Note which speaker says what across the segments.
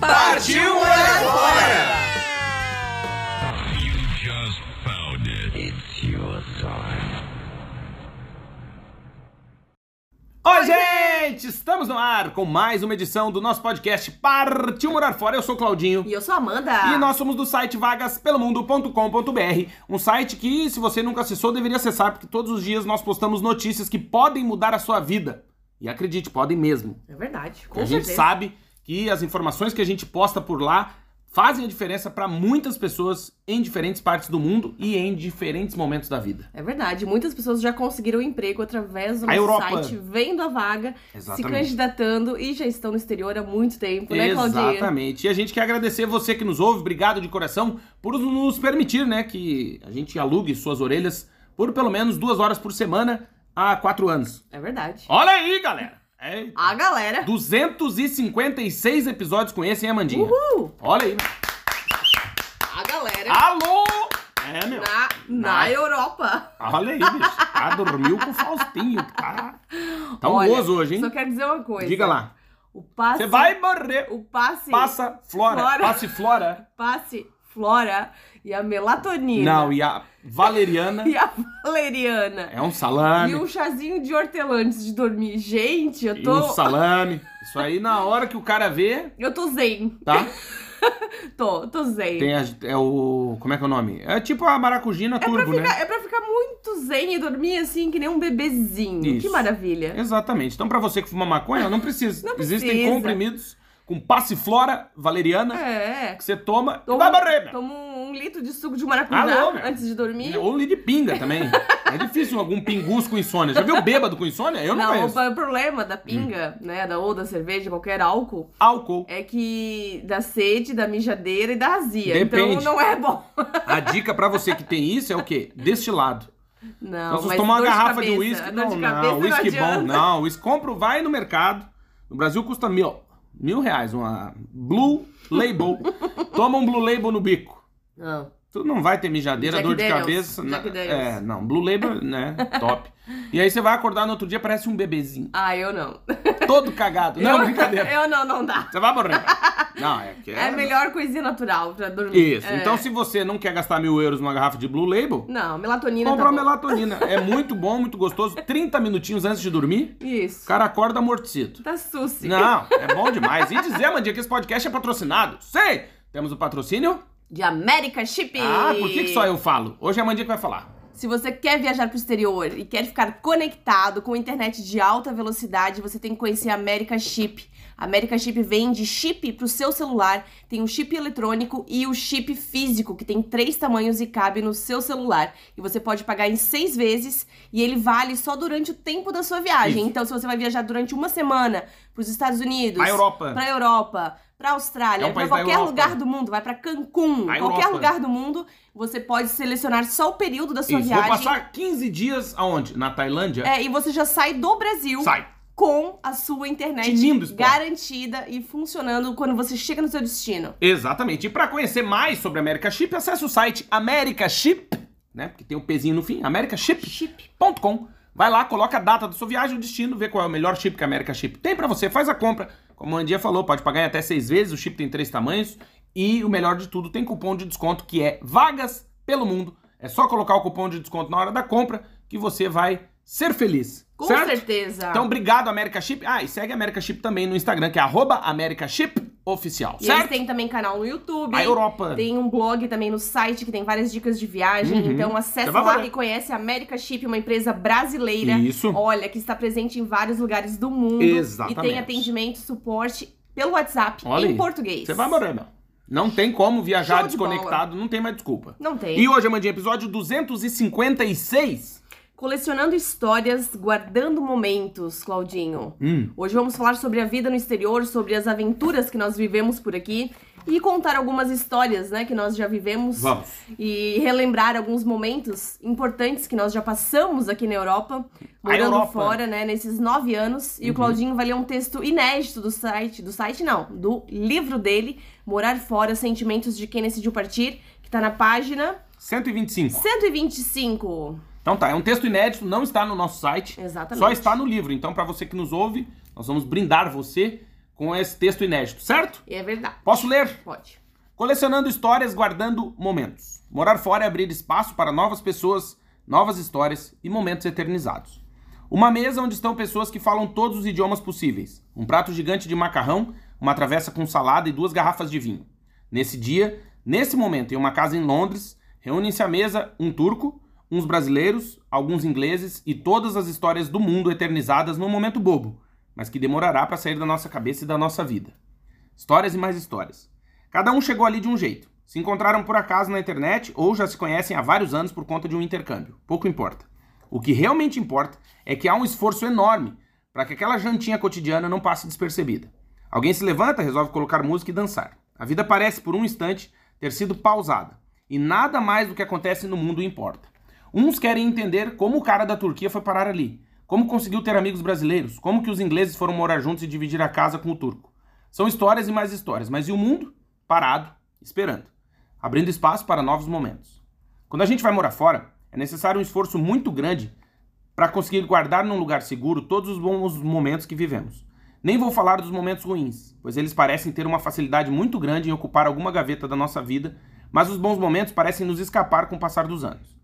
Speaker 1: Partiu morar fora!
Speaker 2: You just found it. It's your time.
Speaker 1: Oi, gente! Estamos no ar com mais uma edição do nosso podcast Partiu Morar Fora. Eu sou o Claudinho.
Speaker 3: E eu sou a Amanda.
Speaker 1: E nós somos do site vagaspelomundo.com.br, um site que, se você nunca acessou, deveria acessar, porque todos os dias nós postamos notícias que podem mudar a sua vida. E acredite, podem mesmo.
Speaker 3: É verdade,
Speaker 1: a
Speaker 3: com
Speaker 1: gente
Speaker 3: certeza.
Speaker 1: sabe que as informações que a gente posta por lá fazem a diferença para muitas pessoas em diferentes partes do mundo e em diferentes momentos da vida.
Speaker 3: É verdade, muitas pessoas já conseguiram emprego através do
Speaker 1: A
Speaker 3: nosso
Speaker 1: Europa.
Speaker 3: site, vendo a vaga, se candidatando e já estão no exterior há muito tempo, né, Claudinha?
Speaker 1: Exatamente. E a gente quer agradecer você que nos ouve, obrigado de coração por nos permitir, né, que a gente alugue suas orelhas por pelo menos duas horas por semana há quatro anos.
Speaker 3: É verdade.
Speaker 1: Olha aí, galera! É
Speaker 3: A galera.
Speaker 1: 256 episódios com esse, hein, Amandinha?
Speaker 3: Uhul!
Speaker 1: Olha aí.
Speaker 3: A galera
Speaker 1: Alô! É, meu.
Speaker 3: na, na
Speaker 1: Na-
Speaker 3: Europa.
Speaker 1: Olha aí, bicho. Tá, dormiu com o Faustinho. Tá, tá um
Speaker 3: Olha,
Speaker 1: gozo hoje, hein?
Speaker 3: Só quero dizer uma coisa.
Speaker 1: Diga lá.
Speaker 3: O passe.
Speaker 1: Você vai morrer.
Speaker 3: O passe.
Speaker 1: Passa flora.
Speaker 3: Assim, Flora.
Speaker 1: Passe flora.
Speaker 3: Passe, flora e a melatonina.
Speaker 1: Não, e a Valeriana
Speaker 3: E a valeriana.
Speaker 1: é um salame.
Speaker 3: E um chazinho de hortelã antes de dormir. Gente, eu
Speaker 1: E um
Speaker 3: tô.
Speaker 1: salame. Isso aí, na hora que o cara vê,
Speaker 3: Eu tô zen.
Speaker 1: tá?
Speaker 3: Tô, tô zen.
Speaker 1: Tem as- é o... Como é que é o nome? É tipo a maracujina
Speaker 3: É pra,
Speaker 1: turbo, né?
Speaker 3: ficar, é pra ficar muito zen e dormir assim, que nem um bebezinho.
Speaker 1: Isso.
Speaker 3: Que maravilha.
Speaker 1: Exatamente. Então, pra você que fuma maconha, não precisa.
Speaker 3: Não
Speaker 1: Existem
Speaker 3: precisa.
Speaker 1: comprimidos com passiflora valeriana
Speaker 3: É, é.
Speaker 1: que você toma e vai
Speaker 3: Toma,
Speaker 1: morrer, meu.
Speaker 3: toma um, um litro de suco de maracujá
Speaker 1: Alô, meu.
Speaker 3: antes de dormir.
Speaker 1: Ou lide pinga também. é difícil algum pingus com insônia. Já viu bêbado com insônia? Eu não,
Speaker 3: Não, o
Speaker 1: conheço. Hum.
Speaker 3: pa- problema da pinga, né, da, ou da cerveja, qualquer álcool,
Speaker 1: Álcool.
Speaker 3: é que dá sede, da mijadeira e da azia.
Speaker 1: Depende.
Speaker 3: Então não é bom.
Speaker 1: A dica pra você que tem isso é o quê? Destilado.
Speaker 3: Não,
Speaker 1: Então, se
Speaker 3: mas
Speaker 1: você tomar uma
Speaker 3: dor
Speaker 1: garrafa de
Speaker 3: cabeça,
Speaker 1: uísque,
Speaker 3: dor
Speaker 1: não,
Speaker 3: de cabeça é
Speaker 1: não, uísque bom, né?
Speaker 3: adianta.
Speaker 1: não. Uísque compra, vai no mercado. No Brasil custa mil, mil reais uma Blue Label. Toma um Blue Label no bico.
Speaker 3: Não.
Speaker 1: Tu não vai ter mijadeira,
Speaker 3: Jack
Speaker 1: dor de
Speaker 3: Daniels,
Speaker 1: cabeça.
Speaker 3: Jack
Speaker 1: na-
Speaker 3: Daniels.
Speaker 1: é, não. Blue Label, né? Top. E aí você vai acordar no outro dia, parece um bebezinho.
Speaker 3: Ah, eu não.
Speaker 1: Todo cagado. Não, é
Speaker 3: eu,
Speaker 1: brincadeira.
Speaker 3: Eu não, não dá.
Speaker 1: Você vai morrer. Não, é que
Speaker 3: É a melhor coisinha natural pra dormir.
Speaker 1: Isso.
Speaker 3: É.
Speaker 1: Então, se você não quer gastar mil euros numa garrafa de Blue Label,
Speaker 3: Não, melatonina
Speaker 1: compra
Speaker 3: tá
Speaker 1: uma
Speaker 3: bom.
Speaker 1: melatonina. É muito bom, muito gostoso. 30 minutinhos antes de dormir, o
Speaker 3: Isso.
Speaker 1: cara acorda amortecido.
Speaker 3: Tá suci.
Speaker 1: Não, é bom demais. E dizer, Mandinha, que esse podcast é patrocinado. Sei! Temos o patrocínio?
Speaker 3: De América Chip.
Speaker 1: Ah, por que, que só eu falo? Hoje é a Mandinha que vai falar.
Speaker 3: Se você quer viajar pro exterior e quer ficar conectado com internet de alta velocidade, você tem que conhecer a América Chip. A América Chip vende chip pro seu celular, tem o chip eletrônico e o chip físico, que tem três tamanhos e cabe no seu celular. E você pode pagar em seis vezes e ele vale só durante o tempo da sua viagem.
Speaker 1: Isso.
Speaker 3: Então, se você vai viajar durante uma semana pros Estados Unidos,
Speaker 1: A Europa.
Speaker 3: pra Europa, pra Austrália,
Speaker 1: É um
Speaker 3: pra
Speaker 1: país da
Speaker 3: qualquer
Speaker 1: Europa.
Speaker 3: lugar do mundo, vai pra Cancún,
Speaker 1: A
Speaker 3: qualquer
Speaker 1: Europa.
Speaker 3: lugar do mundo, você pode selecionar só o período da sua
Speaker 1: Isso. Vou
Speaker 3: viagem.
Speaker 1: passar 15 dias aonde? Na Tailândia?
Speaker 3: É, e você já sai do Brasil
Speaker 1: Sai.
Speaker 3: com a sua internet
Speaker 1: Tinindo esporte.
Speaker 3: garantida e funcionando quando você chega no seu destino.
Speaker 1: Exatamente. E para conhecer mais sobre a America Chip, acesse o site AmericaShip, né? Porque tem o pezinho no fim, americaship.com. Vai lá, coloca a data da sua viagem, o destino, vê qual é o melhor chip que a America Chip tem pra você, faz a compra. Como a Andinha falou, pode pagar em até seis vezes, o chip tem três tamanhos. E o melhor de tudo, tem cupom de desconto que é Vagas Pelo Mundo. É só colocar o cupom de desconto na hora da compra que você vai ser feliz.
Speaker 3: Com
Speaker 1: certo?
Speaker 3: certeza.
Speaker 1: Então, obrigado, America Chip. Ah, e segue a America Chip também no Instagram, que é arroba America Chip Oficial.
Speaker 3: e
Speaker 1: certo?
Speaker 3: eles têm também canal no YouTube.
Speaker 1: A Europa.
Speaker 3: Tem um blog também no site que tem várias dicas de viagem.
Speaker 1: Uhum.
Speaker 3: Então
Speaker 1: Você
Speaker 3: acessa
Speaker 1: vai
Speaker 3: lá
Speaker 1: valer.
Speaker 3: e conhece a America Chip, uma empresa brasileira.
Speaker 1: Isso.
Speaker 3: Olha, que está presente em vários lugares do mundo.
Speaker 1: Exatamente.
Speaker 3: E tem atendimento, suporte pelo WhatsApp
Speaker 1: Olha
Speaker 3: em
Speaker 1: aí.
Speaker 3: português.
Speaker 1: Você vai morrer, meu. Não tem como viajar
Speaker 3: Show de
Speaker 1: desconectado, não tem mais desculpa.
Speaker 3: Não tem.
Speaker 1: E hoje, Amandinha, episódio 256.
Speaker 3: Colecionando histórias, guardando momentos, Claudinho.
Speaker 1: Hum.
Speaker 3: Hoje vamos falar sobre a vida no exterior, sobre as aventuras que nós vivemos por aqui e contar algumas histórias, né, que nós já vivemos
Speaker 1: Vamos.
Speaker 3: e relembrar alguns momentos importantes que nós já passamos aqui na Europa,
Speaker 1: A
Speaker 3: morando
Speaker 1: Europa. Uhum.
Speaker 3: fora, né, nesses nove anos. E o Claudinho vai ler um texto inédito do site, do site não, do livro dele, Morar Fora, Sentimentos de Quem Decidiu Partir, que tá na página
Speaker 1: 125.
Speaker 3: 125.
Speaker 1: Então tá, é um texto inédito, não está no nosso site.
Speaker 3: Exatamente.
Speaker 1: Só está no livro. Então, pra você que nos ouve, nós vamos brindar você com esse texto inédito, certo?
Speaker 3: É verdade.
Speaker 1: Posso ler?
Speaker 3: Pode.
Speaker 1: Colecionando histórias, guardando momentos. Morar fora é abrir espaço para novas pessoas, novas histórias e momentos eternizados. Uma mesa onde estão pessoas que falam todos os idiomas possíveis. Um prato gigante de macarrão, uma travessa com salada e duas garrafas de vinho. Nesse dia, nesse momento, em uma casa em Londres, reúnem-se à mesa um turco, uns brasileiros, alguns ingleses e todas as histórias do mundo eternizadas num momento bobo, mas que demorará para sair da nossa cabeça e da nossa vida. Histórias e mais histórias. Cada um chegou ali de um jeito. Se encontraram por acaso na internet ou já se conhecem há vários anos por conta de um intercâmbio. Pouco importa. O que realmente importa é que há um esforço enorme para que aquela jantinha cotidiana não passe despercebida. Alguém se levanta, resolve colocar música e dançar. A vida parece, por um instante, ter sido pausada. E nada mais do que acontece no mundo importa. Uns querem entender como o cara da Turquia foi parar ali, como conseguiu ter amigos brasileiros, como que os ingleses foram morar juntos e dividir a casa com o turco. São histórias e mais histórias, mas e o mundo? Parado, esperando, abrindo espaço para novos momentos. Quando a gente vai morar fora, é necessário um esforço muito grande para conseguir guardar num lugar seguro todos os bons momentos que vivemos. Nem vou falar dos momentos ruins, pois eles parecem ter uma facilidade muito grande em ocupar alguma gaveta da nossa vida, mas os bons momentos parecem nos escapar com o passar dos anos.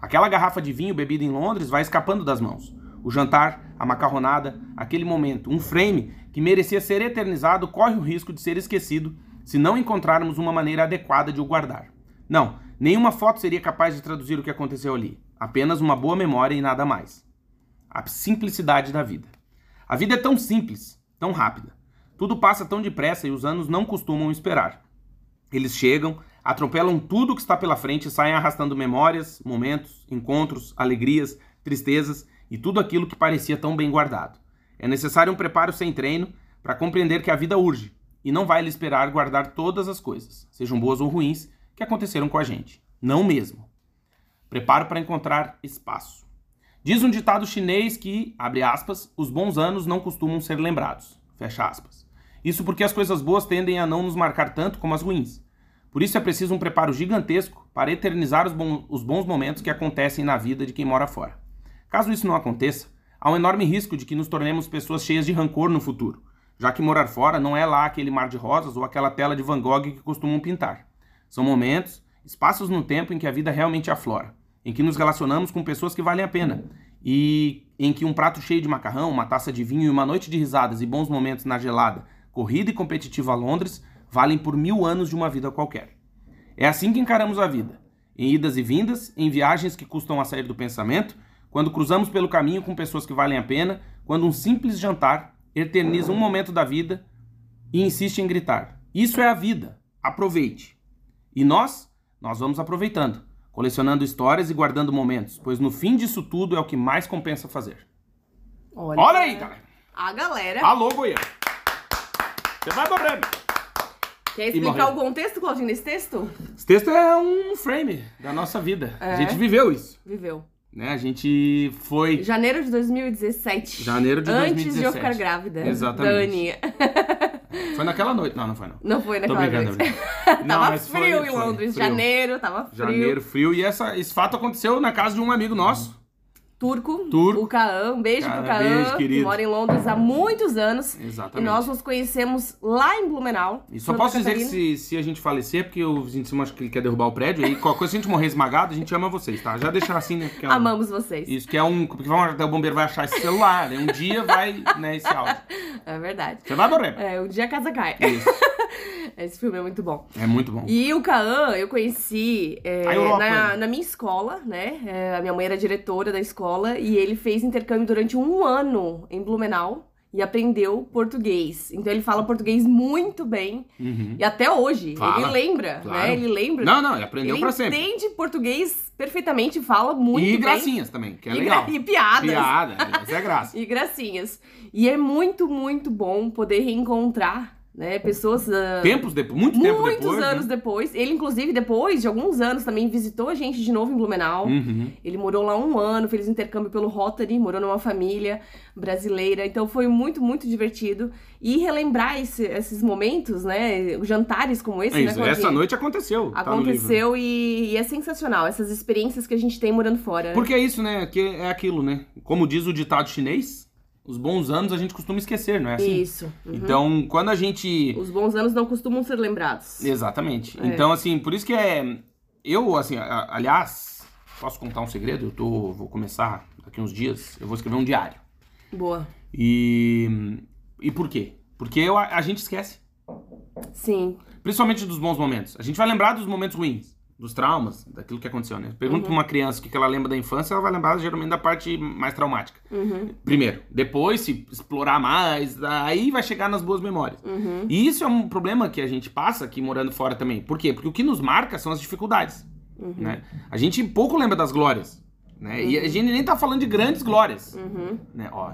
Speaker 1: Aquela garrafa de vinho bebida em Londres vai escapando das mãos. O jantar, a macarronada, aquele momento, um frame que merecia ser eternizado corre o risco de ser esquecido se não encontrarmos uma maneira adequada de o guardar. Não, nenhuma foto seria capaz de traduzir o que aconteceu ali. Apenas uma boa memória e nada mais. A simplicidade da vida. A vida é tão simples, tão rápida. Tudo passa tão depressa e os anos não costumam esperar. Eles chegam, atropelam tudo que está pela frente e saem arrastando memórias, momentos, encontros, alegrias, tristezas e tudo aquilo que parecia tão bem guardado. É necessário um preparo sem treino para compreender que a vida urge e não vai lhe esperar guardar todas as coisas, sejam boas ou ruins, que aconteceram com a gente. Não mesmo. Preparo para encontrar espaço. Diz um ditado chinês que, abre aspas, os bons anos não costumam ser lembrados. Fecha aspas. Isso porque as coisas boas tendem a não nos marcar tanto como as ruins. Por isso é preciso um preparo gigantesco para eternizar os, bom- os bons momentos que acontecem na vida de quem mora fora. Caso isso não aconteça, há um enorme risco de que nos tornemos pessoas cheias de rancor no futuro, já que morar fora não é lá aquele mar de rosas ou aquela tela de Van Gogh que costumam pintar. São momentos, espaços no tempo em que a vida realmente aflora, em que nos relacionamos com pessoas que valem a pena e em que um prato cheio de macarrão, uma taça de vinho e uma noite de risadas e bons momentos na gelada, corrida e competitiva Londres valem por mil anos de uma vida qualquer. É assim que encaramos a vida. Em idas e vindas, em viagens que custam a sair do pensamento, quando cruzamos pelo caminho com pessoas que valem a pena, quando um simples jantar eterniza um momento da vida e insiste em gritar: Isso é a vida, aproveite! E nós, nós vamos aproveitando, colecionando histórias e guardando momentos, pois no fim disso tudo é o que mais compensa fazer.
Speaker 3: Olha,
Speaker 1: Olha aí, galera!
Speaker 3: A galera.
Speaker 1: Alô, Goiânia! Você vai dobrando!
Speaker 3: Quer
Speaker 1: Ah, E
Speaker 3: explicar o
Speaker 1: morreu.
Speaker 3: contexto, Claudinho, nesse texto?
Speaker 1: Esse texto é um frame da nossa vida. A
Speaker 3: É.
Speaker 1: gente viveu isso,
Speaker 3: Viveu.
Speaker 1: né? A gente foi
Speaker 3: Janeiro de 2017.
Speaker 1: Janeiro de
Speaker 3: Antes
Speaker 1: 2017.
Speaker 3: de eu ficar grávida.
Speaker 1: Exatamente.
Speaker 3: Dani.
Speaker 1: Foi naquela noite. Não, não foi não.
Speaker 3: Não foi
Speaker 1: Tô
Speaker 3: naquela
Speaker 1: brincando,
Speaker 3: noite.
Speaker 1: brincando. Não,
Speaker 3: tava
Speaker 1: mas foi-
Speaker 3: frio em
Speaker 1: foi
Speaker 3: Londres.
Speaker 1: frio.
Speaker 3: Janeiro, tava frio.
Speaker 1: Janeiro, frio. E essa, esse fato aconteceu na casa de um amigo
Speaker 3: Uhum.
Speaker 1: nosso.
Speaker 3: Turco.
Speaker 1: Turco.
Speaker 3: O Kaan. Um beijo
Speaker 1: Cara,
Speaker 3: pro Kaan.
Speaker 1: beijo,
Speaker 3: que
Speaker 1: querido.
Speaker 3: mora em Londres há muitos anos. E
Speaker 1: Exatamente.
Speaker 3: nós nos conhecemos lá em Blumenau.
Speaker 1: E só
Speaker 3: Santa
Speaker 1: posso dizer que
Speaker 3: Catarina.
Speaker 1: se, se a gente falecer, porque o vizinho de cima acho que ele quer derrubar o prédio, e qualquer coisa, se a gente morrer esmagado, a gente ama vocês, tá? Já deixar assim, né? Porque é um-
Speaker 3: Amamos vocês.
Speaker 1: Isso que é um... Porque vamos, até o bombeiro vai achar esse celular, né? Um dia vai, né, esse áudio.
Speaker 3: É verdade.
Speaker 1: Você vai morrer.
Speaker 3: É, um dia a casa cai.
Speaker 1: Isso.
Speaker 3: Esse filme é muito bom.
Speaker 1: É muito bom.
Speaker 3: E o Kaan eu conheci é,
Speaker 1: A Europa.
Speaker 3: na, na minha escola, né? É, a minha mãe era diretora da escola e ele fez intercâmbio durante um ano em Blumenau. e aprendeu português. Então ele fala português muito bem.
Speaker 1: Uhum.
Speaker 3: E até hoje,
Speaker 1: Fala,
Speaker 3: ele lembra,
Speaker 1: claro.
Speaker 3: né? Ele lembra.
Speaker 1: Não, não, ele aprendeu
Speaker 3: ele
Speaker 1: pra sempre.
Speaker 3: entende português perfeitamente, fala muito
Speaker 1: E
Speaker 3: bem.
Speaker 1: gracinhas também, que é
Speaker 3: E
Speaker 1: legal.
Speaker 3: gra- e piadas.
Speaker 1: Piada, essa é graça.
Speaker 3: E gracinhas. E é muito, muito bom poder reencontrar, né? Pessoas ah,
Speaker 1: Tempos depois, muito tempo
Speaker 3: muitos
Speaker 1: depois. né?
Speaker 3: anos depois. Ele, inclusive, depois de alguns anos também visitou a gente de novo em Blumenau.
Speaker 1: Uhum.
Speaker 3: Ele morou lá um ano, fez intercâmbio pelo Rotary, morou numa família brasileira. Então foi muito, muito divertido. E relembrar esse- esses momentos, né? Jantares como esse,
Speaker 1: É
Speaker 3: né?
Speaker 1: isso,
Speaker 3: Claudinha?
Speaker 1: essa noite aconteceu. tá no livro.
Speaker 3: Aconteceu e, e é sensacional essas experiências que a gente tem morando fora. né?
Speaker 1: Porque é isso, né? Que é aquilo, né? Como diz o ditado chinês, os bons anos a gente costuma esquecer, não é assim?
Speaker 3: Isso. uhum.
Speaker 1: Então, quando a gente.
Speaker 3: Os bons anos não costumam ser lembrados.
Speaker 1: Exatamente.
Speaker 3: É.
Speaker 1: Então, assim, por isso que é. Eu, assim, a- aliás, posso contar um segredo? Eu tô, vou começar daqui uns dias, eu vou escrever um diário.
Speaker 3: Boa.
Speaker 1: E. E por quê? Porque eu, a, a gente esquece.
Speaker 3: Sim.
Speaker 1: Principalmente dos bons momentos. A gente vai lembrar dos momentos ruins, dos traumas, daquilo que aconteceu, né? Pergunta pra uma criança o que que ela lembra da infância, ela vai lembrar geralmente da parte mais traumática.
Speaker 3: Uhum.
Speaker 1: Primeiro. Depois, se explorar mais, aí vai chegar nas boas memórias.
Speaker 3: Uhum.
Speaker 1: E isso é um problema que a gente passa aqui morando fora também. Por quê? Porque o que nos marca são as dificuldades.
Speaker 3: Uhum.
Speaker 1: Né? A gente pouco lembra das glórias. Né? E a gente nem tá falando de grandes glórias.
Speaker 3: Uhum.
Speaker 1: Né? Ó,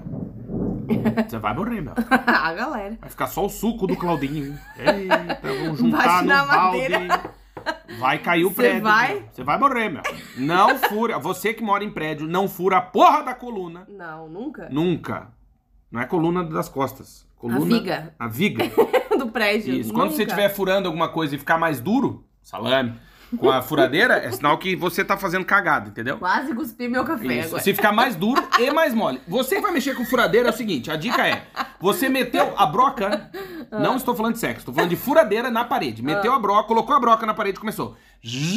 Speaker 1: você vai morrer, meu.
Speaker 3: a galera.
Speaker 1: Vai ficar só o suco do Claudinho. hein? Eita, vamos juntar
Speaker 3: Bate
Speaker 1: no
Speaker 3: na
Speaker 1: balde.
Speaker 3: madeira.
Speaker 1: Vai cair o
Speaker 3: Cê
Speaker 1: prédio.
Speaker 3: vai?
Speaker 1: meu. Você vai morrer, meu. Não fura. Você que mora em prédio, não fura a porra da coluna.
Speaker 3: Não, nunca.
Speaker 1: Nunca. Não é coluna das costas. Coluna,
Speaker 3: A viga
Speaker 1: A viga.
Speaker 3: do prédio.
Speaker 1: Isso. Quando
Speaker 3: nunca.
Speaker 1: você estiver furando alguma coisa e ficar mais duro, salame, com a furadeira, é sinal que você tá fazendo cagada, entendeu?
Speaker 3: Quase cuspi meu café
Speaker 1: Isso.
Speaker 3: agora.
Speaker 1: Se ficar mais duro e mais mole. Você que vai mexer com furadeira é o seguinte, a dica é, você meteu a broca, não estou falando de sexo, estou falando de furadeira na parede. Meteu a broca, colocou a broca na parede e começou.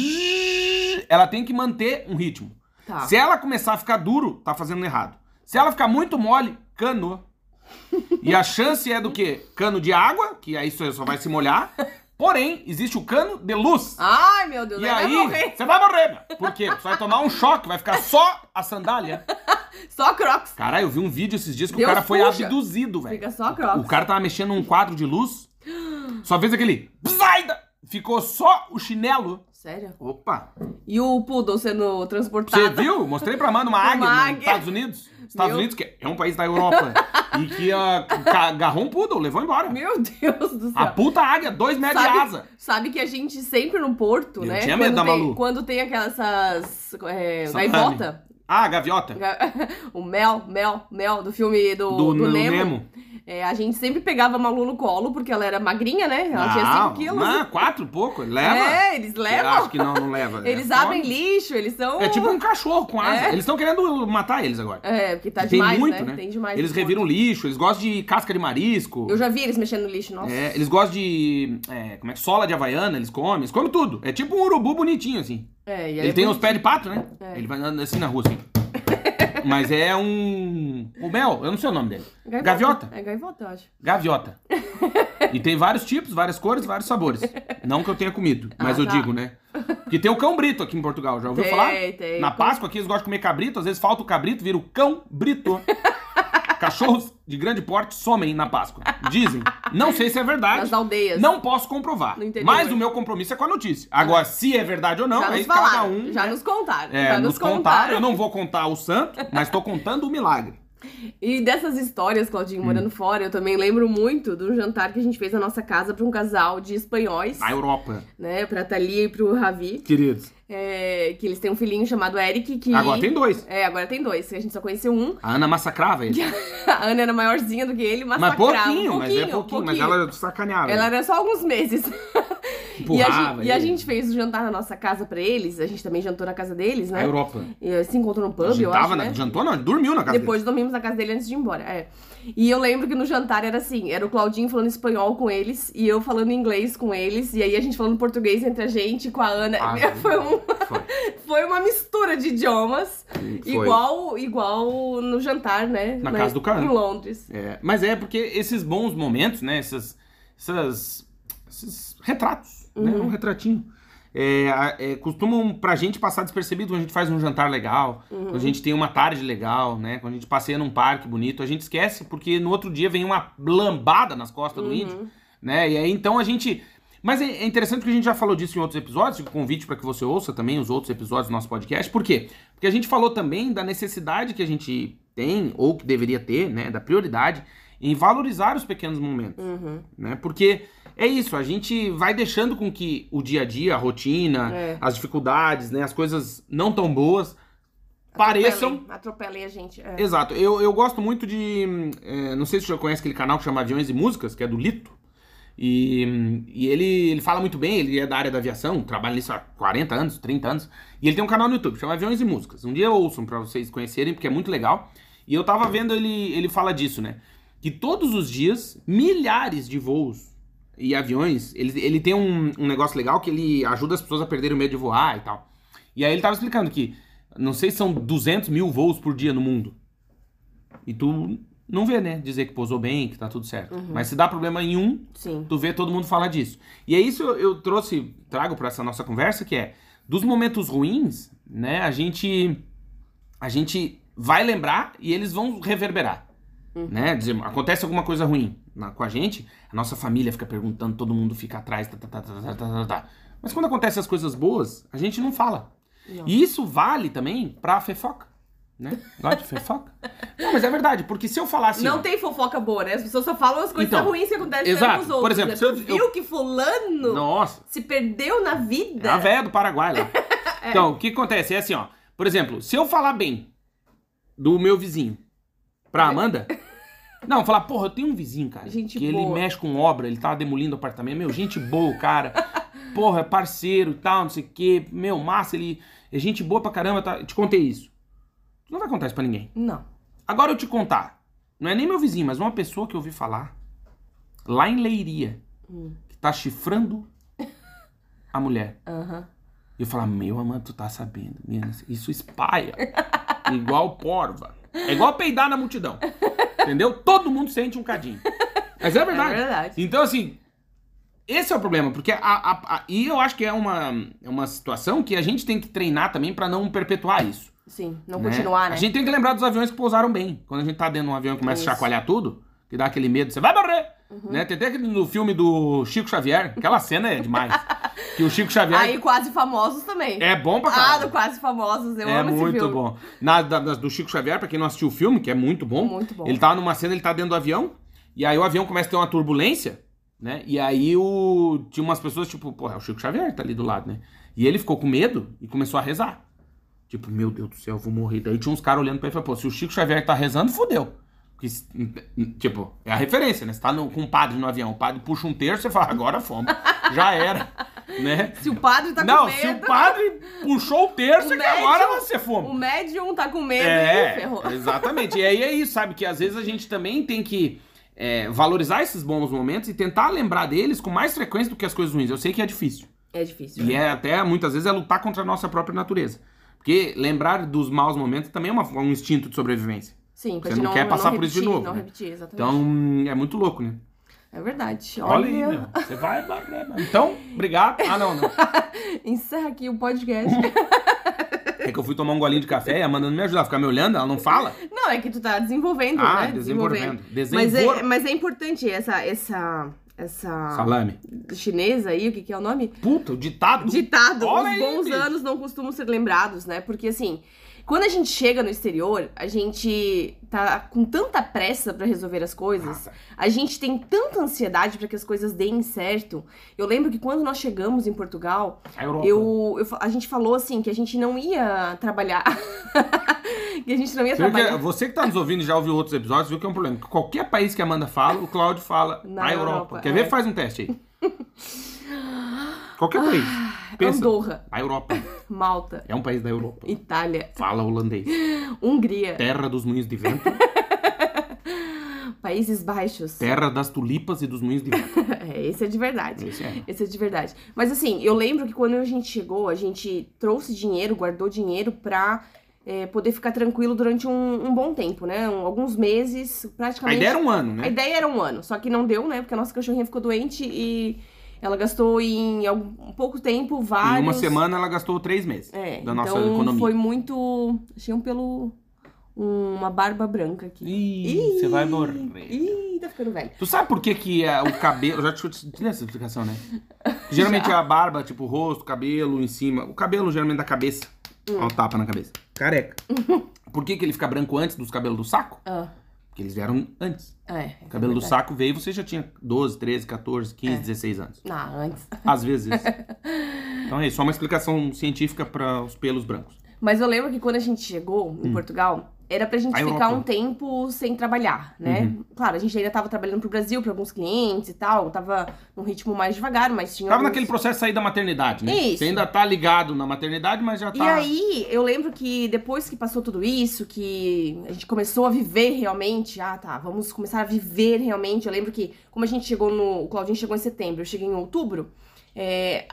Speaker 1: Zzzz. Ela tem que manter um ritmo.
Speaker 3: Tá.
Speaker 1: Se ela começar a ficar duro, tá fazendo errado. Se ela ficar muito mole, cano. E a chance é do quê? Cano de água, que aí só só vai se molhar. Porém, existe o cano de luz.
Speaker 3: Ai, meu Deus,
Speaker 1: E
Speaker 3: vai
Speaker 1: aí,
Speaker 3: morrer.
Speaker 1: você vai morrer, meu. Por quê? Você vai tomar um choque, vai ficar só a sandália.
Speaker 3: Só Crocs.
Speaker 1: Caralho, eu vi um vídeo esses dias que
Speaker 3: Deus
Speaker 1: o cara foi
Speaker 3: puxa.
Speaker 1: abduzido, velho.
Speaker 3: Fica só Crocs.
Speaker 1: O cara tava mexendo num quadro de luz, só fez aquele... Bzaida! Ficou só o chinelo.
Speaker 3: Sério?
Speaker 1: Opa!
Speaker 3: E o Poodle sendo transportado.
Speaker 1: Você viu? Mostrei pra Amanda uma
Speaker 3: Uma
Speaker 1: águia nos
Speaker 3: águia.
Speaker 1: Estados Unidos. Estados
Speaker 3: Meu-
Speaker 1: Unidos, que é um país da Europa. e que ah, ca- agarrou um poodle, levou embora.
Speaker 3: Meu Deus do
Speaker 1: A
Speaker 3: céu.
Speaker 1: puta águia, dois metros de asa.
Speaker 3: sabe que a gente sempre no porto,
Speaker 1: Eu
Speaker 3: né?
Speaker 1: tinha medo
Speaker 3: quando
Speaker 1: da
Speaker 3: tem,
Speaker 1: Malu.
Speaker 3: Quando tem aquelas. essas, É,
Speaker 1: Salame.
Speaker 3: gaivota.
Speaker 1: Ah, gaviota.
Speaker 3: O Mel, Mel, Mel, do filme do,
Speaker 1: Do,
Speaker 3: do
Speaker 1: do
Speaker 3: Nemo.
Speaker 1: Nemo.
Speaker 3: É, a gente sempre pegava a Malu no colo, porque ela era magrinha, né? Ela tinha 5 quilos.
Speaker 1: Não, quatro e pouco. Leva.
Speaker 3: É, eles
Speaker 1: Eu
Speaker 3: levam.
Speaker 1: acho que não, não leva.
Speaker 3: Eles
Speaker 1: É
Speaker 3: abrem
Speaker 1: fome.
Speaker 3: lixo, eles são.
Speaker 1: É tipo um cachorro com asa.
Speaker 3: É.
Speaker 1: Eles estão querendo matar eles agora.
Speaker 3: É, porque tá
Speaker 1: Tem
Speaker 3: demais,
Speaker 1: muito, né?
Speaker 3: né? Tem demais.
Speaker 1: Eles
Speaker 3: no porto.
Speaker 1: reviram lixo, eles gostam de casca de marisco.
Speaker 3: Eu já vi eles mexendo no lixo, nossa.
Speaker 1: É, eles gostam de. é, como é que? Sola de Havaiana, eles comem, eles comem tudo. É tipo um urubu bonitinho, assim.
Speaker 3: É,
Speaker 1: Ele
Speaker 3: e aí é
Speaker 1: tem
Speaker 3: bonitinho.
Speaker 1: os pés de pato, né?
Speaker 3: É.
Speaker 1: Ele vai andando assim na rua, assim. Mas é um. O Mel, eu não sei o nome dele. Gaviota.
Speaker 3: É gaivota, eu acho.
Speaker 1: Gaviota. E tem vários tipos, várias cores, vários sabores. Não que eu tenha comido, mas
Speaker 3: Ah,
Speaker 1: eu
Speaker 3: tá.
Speaker 1: digo, né? Porque tem o cão brito aqui em Portugal, já ouviu
Speaker 3: Tem,
Speaker 1: falar?
Speaker 3: tem.
Speaker 1: Na Páscoa aqui eles gostam de comer cabrito, às vezes falta o cabrito, vira o cão brito. Cachorros de grande porte somem na Páscoa. Dizem. Não sei se é verdade.
Speaker 3: Nas aldeias.
Speaker 1: Não posso comprovar.
Speaker 3: No interior.
Speaker 1: Mas o meu compromisso é com a notícia. Agora, se é verdade ou não,
Speaker 3: já
Speaker 1: aí
Speaker 3: nos
Speaker 1: cada
Speaker 3: falaram.
Speaker 1: um.
Speaker 3: já nos contaram.
Speaker 1: É,
Speaker 3: já
Speaker 1: nos contaram. Eu não vou contar o santo, mas tô contando o milagre.
Speaker 3: E dessas histórias,
Speaker 1: Hum.
Speaker 3: Claudinho, morando fora, eu também lembro muito do jantar que a gente fez na nossa casa pra um casal de espanhóis,
Speaker 1: Na Europa,
Speaker 3: né? Pra Thalia e pro Ravi.
Speaker 1: queridos.
Speaker 3: é, que eles têm um filhinho chamado Eric, que...
Speaker 1: Agora tem dois.
Speaker 3: É, agora tem dois. A gente só conheceu um.
Speaker 1: A Ana massacrava ele.
Speaker 3: A Ana era maiorzinha do que ele, mas um
Speaker 1: Mas pouquinho,
Speaker 3: pouquinho,
Speaker 1: mas é pouquinho, Mas ela sacaneava.
Speaker 3: Ela era só alguns meses. e, a
Speaker 1: Empurrava
Speaker 3: gente, e a
Speaker 1: ele.
Speaker 3: gente fez o jantar na nossa casa pra eles. A gente também jantou na casa deles,
Speaker 1: Na
Speaker 3: né?
Speaker 1: Europa.
Speaker 3: E, se encontrou no pub, eu
Speaker 1: Jantava
Speaker 3: acho,
Speaker 1: na-
Speaker 3: né?
Speaker 1: Jantou não, dormiu na casa
Speaker 3: Depois dormimos na casa dele antes de ir embora. É. E eu lembro que no jantar era assim: era o Claudinho falando espanhol com eles e eu falando inglês com eles. E aí a gente falando português entre a gente, com a Ana.
Speaker 1: dele. Ah,
Speaker 3: foi, um,
Speaker 1: foi.
Speaker 3: foi uma mistura de idiomas,
Speaker 1: Foi.
Speaker 3: igual igual no jantar, né?
Speaker 1: Na
Speaker 3: Mas
Speaker 1: casa do cara.
Speaker 3: Em Londres.
Speaker 1: É, mas é porque esses bons
Speaker 3: Uhum.
Speaker 1: momentos, né? Essas, essas- esses retratos, né? Um retratinho. é, a- é, costumam pra gente passar despercebido quando a gente faz um jantar legal, quando
Speaker 3: Uhum.
Speaker 1: a gente tem uma tarde legal, né? Quando a gente passeia num parque bonito, a gente esquece porque no outro dia vem uma lambada nas costas
Speaker 3: Uhum.
Speaker 1: do índio, né? E aí então a gente. Mas é é interessante que a gente já falou disso em outros episódios, fica o convite pra que você ouça também os outros episódios do nosso podcast. Por quê? Porque a gente falou também da necessidade que a gente tem, ou que deveria ter, né? Da prioridade em valorizar os pequenos momentos
Speaker 3: Uhum.
Speaker 1: né? Porque é isso, a gente vai deixando com que o dia a dia, a rotina,
Speaker 3: É.
Speaker 1: as dificuldades, né, as coisas não tão boas pareçam.
Speaker 3: Atropelem, atropelem a gente. é.
Speaker 1: Exato, eu, eu gosto muito de. hum, é, não sei se você já conhece aquele canal que chama Aviões e Músicas, que é do Lito. E, hum, e ele, ele fala muito bem, ele é da área da aviação, trabalha nisso há 40 anos, 30 anos. E ele tem um canal no YouTube, chama Aviões e Músicas. Um dia ouçam pra vocês conhecerem, porque é muito legal. E eu tava vendo ele, ele fala disso, né? Que todos os dias, milhares de voos e aviões, ele, ele tem um, um negócio legal que ele ajuda as pessoas a perderem o medo de voar e tal. E aí ele tava explicando que, não sei se são 200 mil voos por dia no mundo. E tu não vê, né? Dizer que posou bem, que tá tudo certo. Mas se dá problema em um,
Speaker 3: Sim.
Speaker 1: tu vê todo mundo falar disso. E é isso eu- eu trouxe, trago pra essa nossa conversa, que é dos momentos ruins, né? A gente a gente vai lembrar e eles vão reverberar.
Speaker 3: Uhum.
Speaker 1: Né? Dizer, acontece alguma coisa ruim na- com a gente, a nossa família fica perguntando, todo mundo fica atrás, tá, tá, tá, tá, tá, tá, tá, tá. Mas quando acontecem as coisas boas, a gente não fala.
Speaker 3: Não.
Speaker 1: E isso vale também pra fofoca, né? Gosta de fofoca? não, mas é verdade, porque se eu falasse...
Speaker 3: Não tem fofoca boa, né? As pessoas só falam as coisas
Speaker 1: Então,
Speaker 3: ruins que acontecem
Speaker 1: exato.
Speaker 3: com os
Speaker 1: Por
Speaker 3: outros.
Speaker 1: exemplo,
Speaker 3: né?
Speaker 1: se eu-
Speaker 3: Tu viu que fulano
Speaker 1: Nossa,
Speaker 3: se perdeu na vida?
Speaker 1: É a véia do Paraguai lá. Então, o que acontece? É assim, ó. Por exemplo, se eu falar bem do meu vizinho pra Amanda. Não, falar, porra, eu tenho um vizinho, cara.
Speaker 3: É. Gente
Speaker 1: que ele
Speaker 3: boa.
Speaker 1: mexe com obra, ele tava demolindo o apartamento. Meu, gente boa, cara. Porra, é parceiro e tal, não sei o quê. Meu, massa, ele é gente boa pra caramba. Tá... Eu Te contei isso. Tu não vai contar isso pra ninguém.
Speaker 3: Não.
Speaker 1: Agora eu te contar. Não é nem meu vizinho, mas uma pessoa que eu ouvi falar lá em Leiria
Speaker 3: Hum.
Speaker 1: que tá chifrando a mulher.
Speaker 3: Aham.
Speaker 1: E eu falo, meu amor, tu tá sabendo, menina, isso espalha. igual porva. É igual peidar na multidão. Entendeu? Todo mundo sente um cadinho. Mas é verdade.
Speaker 3: É verdade.
Speaker 1: Então, assim, esse é o problema, porque a, a- a- e eu acho que é uma, é uma situação que a gente tem que treinar também pra não perpetuar isso.
Speaker 3: Sim, não continuar, né?
Speaker 1: A gente tem que lembrar dos aviões que pousaram bem. Quando a gente tá dentro de um avião e começa
Speaker 3: Isso. Uhum.
Speaker 1: a chacoalhar tudo, que dá aquele medo, você vai morrer! Né? Tem até aquele- no filme do Chico Xavier, aquela cena é demais. que o Chico Xavier
Speaker 3: Aí quase famosos também.
Speaker 1: é bom pra
Speaker 3: ah,
Speaker 1: caralho.
Speaker 3: do quase famosos, eu
Speaker 1: É
Speaker 3: amo esse filme.
Speaker 1: muito bom. Na, da- das- do Chico Xavier, pra quem não assistiu o filme, que é muito bom.
Speaker 3: Muito bom.
Speaker 1: Ele tá numa cena, ele tá dentro do avião, e aí o avião começa a ter uma turbulência, né? E aí o, tinha umas pessoas, tipo, pô, é o Chico Xavier que tá ali do lado, né? E ele ficou com medo e começou a rezar. Tipo, meu Deus do céu, eu vou morrer. Daí tinha uns caras olhando pra ele e falaram, pô, se o Chico Xavier tá rezando, fodeu. Porque, se- tipo, é a referência, né? Você tá no- com um padre no avião, o padre puxa um terço, você fala, agora fomos. Já era, né?
Speaker 3: Se o padre tá
Speaker 1: não,
Speaker 3: com medo,
Speaker 1: se o padre puxou o terço,
Speaker 3: O
Speaker 1: é que agora
Speaker 3: médium-
Speaker 1: você
Speaker 3: o
Speaker 1: fome.
Speaker 3: médium tá com medo, hein,
Speaker 1: É,
Speaker 3: ferrou.
Speaker 1: exatamente. E aí é isso, sabe? Que às vezes a gente também tem que é, valorizar esses bons momentos e tentar lembrar deles com mais frequência do que as coisas ruins. Eu sei que é difícil.
Speaker 3: É difícil.
Speaker 1: E é até, muitas vezes, é lutar contra a nossa própria natureza. Porque lembrar dos maus momentos também é uma- um instinto de sobrevivência.
Speaker 3: Sim, pra
Speaker 1: Você
Speaker 3: gente
Speaker 1: não quer passar por isso de
Speaker 3: repetir,
Speaker 1: novo,
Speaker 3: Não
Speaker 1: né?
Speaker 3: repetir, exatamente.
Speaker 1: Então, é muito louco, né?
Speaker 3: É verdade.
Speaker 1: Olha
Speaker 3: Olha,
Speaker 1: aí, né? meu. Você vai, vai, vai. vai. Então, obrigado. Ah, não, não.
Speaker 3: Encerra aqui o podcast.
Speaker 1: É que eu fui tomar um golinho de café e a Amanda não me ajudar, ficar me olhando, ela não fala.
Speaker 3: Não, é que tu tá desenvolvendo,
Speaker 1: Ah,
Speaker 3: né?
Speaker 1: desenvolvendo.
Speaker 3: Mas é,
Speaker 1: Desenvol...
Speaker 3: mas é importante essa, essa, essa
Speaker 1: Ah. Salame.
Speaker 3: chinesa aí, o que, que é o nome?
Speaker 1: Puta, o ditado.
Speaker 3: Ditado,
Speaker 1: Olha
Speaker 3: os
Speaker 1: aí,
Speaker 3: bons
Speaker 1: bicho.
Speaker 3: anos não costumam ser lembrados, né? Porque assim, quando a gente chega no exterior, a gente tá com tanta pressa pra resolver as coisas, a gente tem tanta ansiedade pra que as coisas deem certo. Eu lembro que quando nós chegamos em Portugal,
Speaker 1: é A Europa.
Speaker 3: Eu, eu fa- a gente falou assim que a gente não ia trabalhar. que a gente não ia
Speaker 1: Você, viu que-
Speaker 3: trabalhar.
Speaker 1: você que tá nos ouvindo e já ouviu outros episódios, viu que é um problema. que Qualquer país que a Amanda fala, o Claudio fala
Speaker 3: Na
Speaker 1: na Europa.
Speaker 3: Europa,
Speaker 1: Quer
Speaker 3: é.
Speaker 1: ver? Faz um teste aí. Qualquer país. é, Pensa.
Speaker 3: Andorra,
Speaker 1: A Europa.
Speaker 3: Malta,
Speaker 1: É um país da Europa.
Speaker 3: Itália,
Speaker 1: Fala holandês.
Speaker 3: Hungria,
Speaker 1: Terra dos moinhos de vento.
Speaker 3: Países Baixos.
Speaker 1: Terra das tulipas e dos moinhos de vento.
Speaker 3: É, esse é de verdade.
Speaker 1: Esse é.
Speaker 3: Esse é de verdade. Mas assim, eu lembro que quando a gente chegou, a gente trouxe dinheiro, guardou dinheiro pra é, poder ficar tranquilo durante um, um bom tempo, né? Um- alguns meses,
Speaker 1: A
Speaker 3: praticamente.
Speaker 1: ideia era um ano,
Speaker 3: A
Speaker 1: né?
Speaker 3: ideia era um ano, só que não deu, né? Porque a nossa cachorrinha ficou doente e, Ela gastou em algum- um pouco tempo vários.
Speaker 1: Em uma semana ela gastou três meses
Speaker 3: É,
Speaker 1: da
Speaker 3: então
Speaker 1: nossa economia.
Speaker 3: foi muito. Achei um pelo. Uma barba branca aqui.
Speaker 1: Ih, você vai morrer.
Speaker 3: Ih, tá ficando velho.
Speaker 1: Tu sabe por que que é, o cabelo... Já te te dei essa explicação, né? Geralmente a barba, tipo, o rosto, o cabelo em cima. O cabelo geralmente da cabeça.
Speaker 3: Hum.
Speaker 1: Ó, o tapa na cabeça. Careca. por que que ele fica branco antes dos cabelos do saco?
Speaker 3: Ah,
Speaker 1: Porque eles vieram antes.
Speaker 3: é.
Speaker 1: O cabelo do
Speaker 3: saco.
Speaker 1: saco veio, você já tinha 12, 13, 14, 15, 16 anos.
Speaker 3: Ah, antes.
Speaker 1: Às vezes. então é isso, só uma explicação científica para os pelos brancos.
Speaker 3: Mas eu lembro que quando a gente chegou
Speaker 1: Hum.
Speaker 3: em Portugal, era pra gente
Speaker 1: A Europa.
Speaker 3: ficar um tempo sem trabalhar, né?
Speaker 1: Uhum.
Speaker 3: Claro, a gente ainda tava trabalhando pro Brasil, pra alguns clientes e tal. Tava num ritmo mais devagar, mas tinha.
Speaker 1: Tava
Speaker 3: alguns-
Speaker 1: naquele processo de sair da maternidade, né?
Speaker 3: Isso.
Speaker 1: Você ainda tá ligado na maternidade, mas já tá.
Speaker 3: E aí, eu lembro que depois que passou tudo isso, que a gente começou a viver realmente, ah tá, vamos começar a viver realmente. Eu lembro que, como a gente chegou no. O Claudinho chegou em setembro, eu cheguei em outubro, é,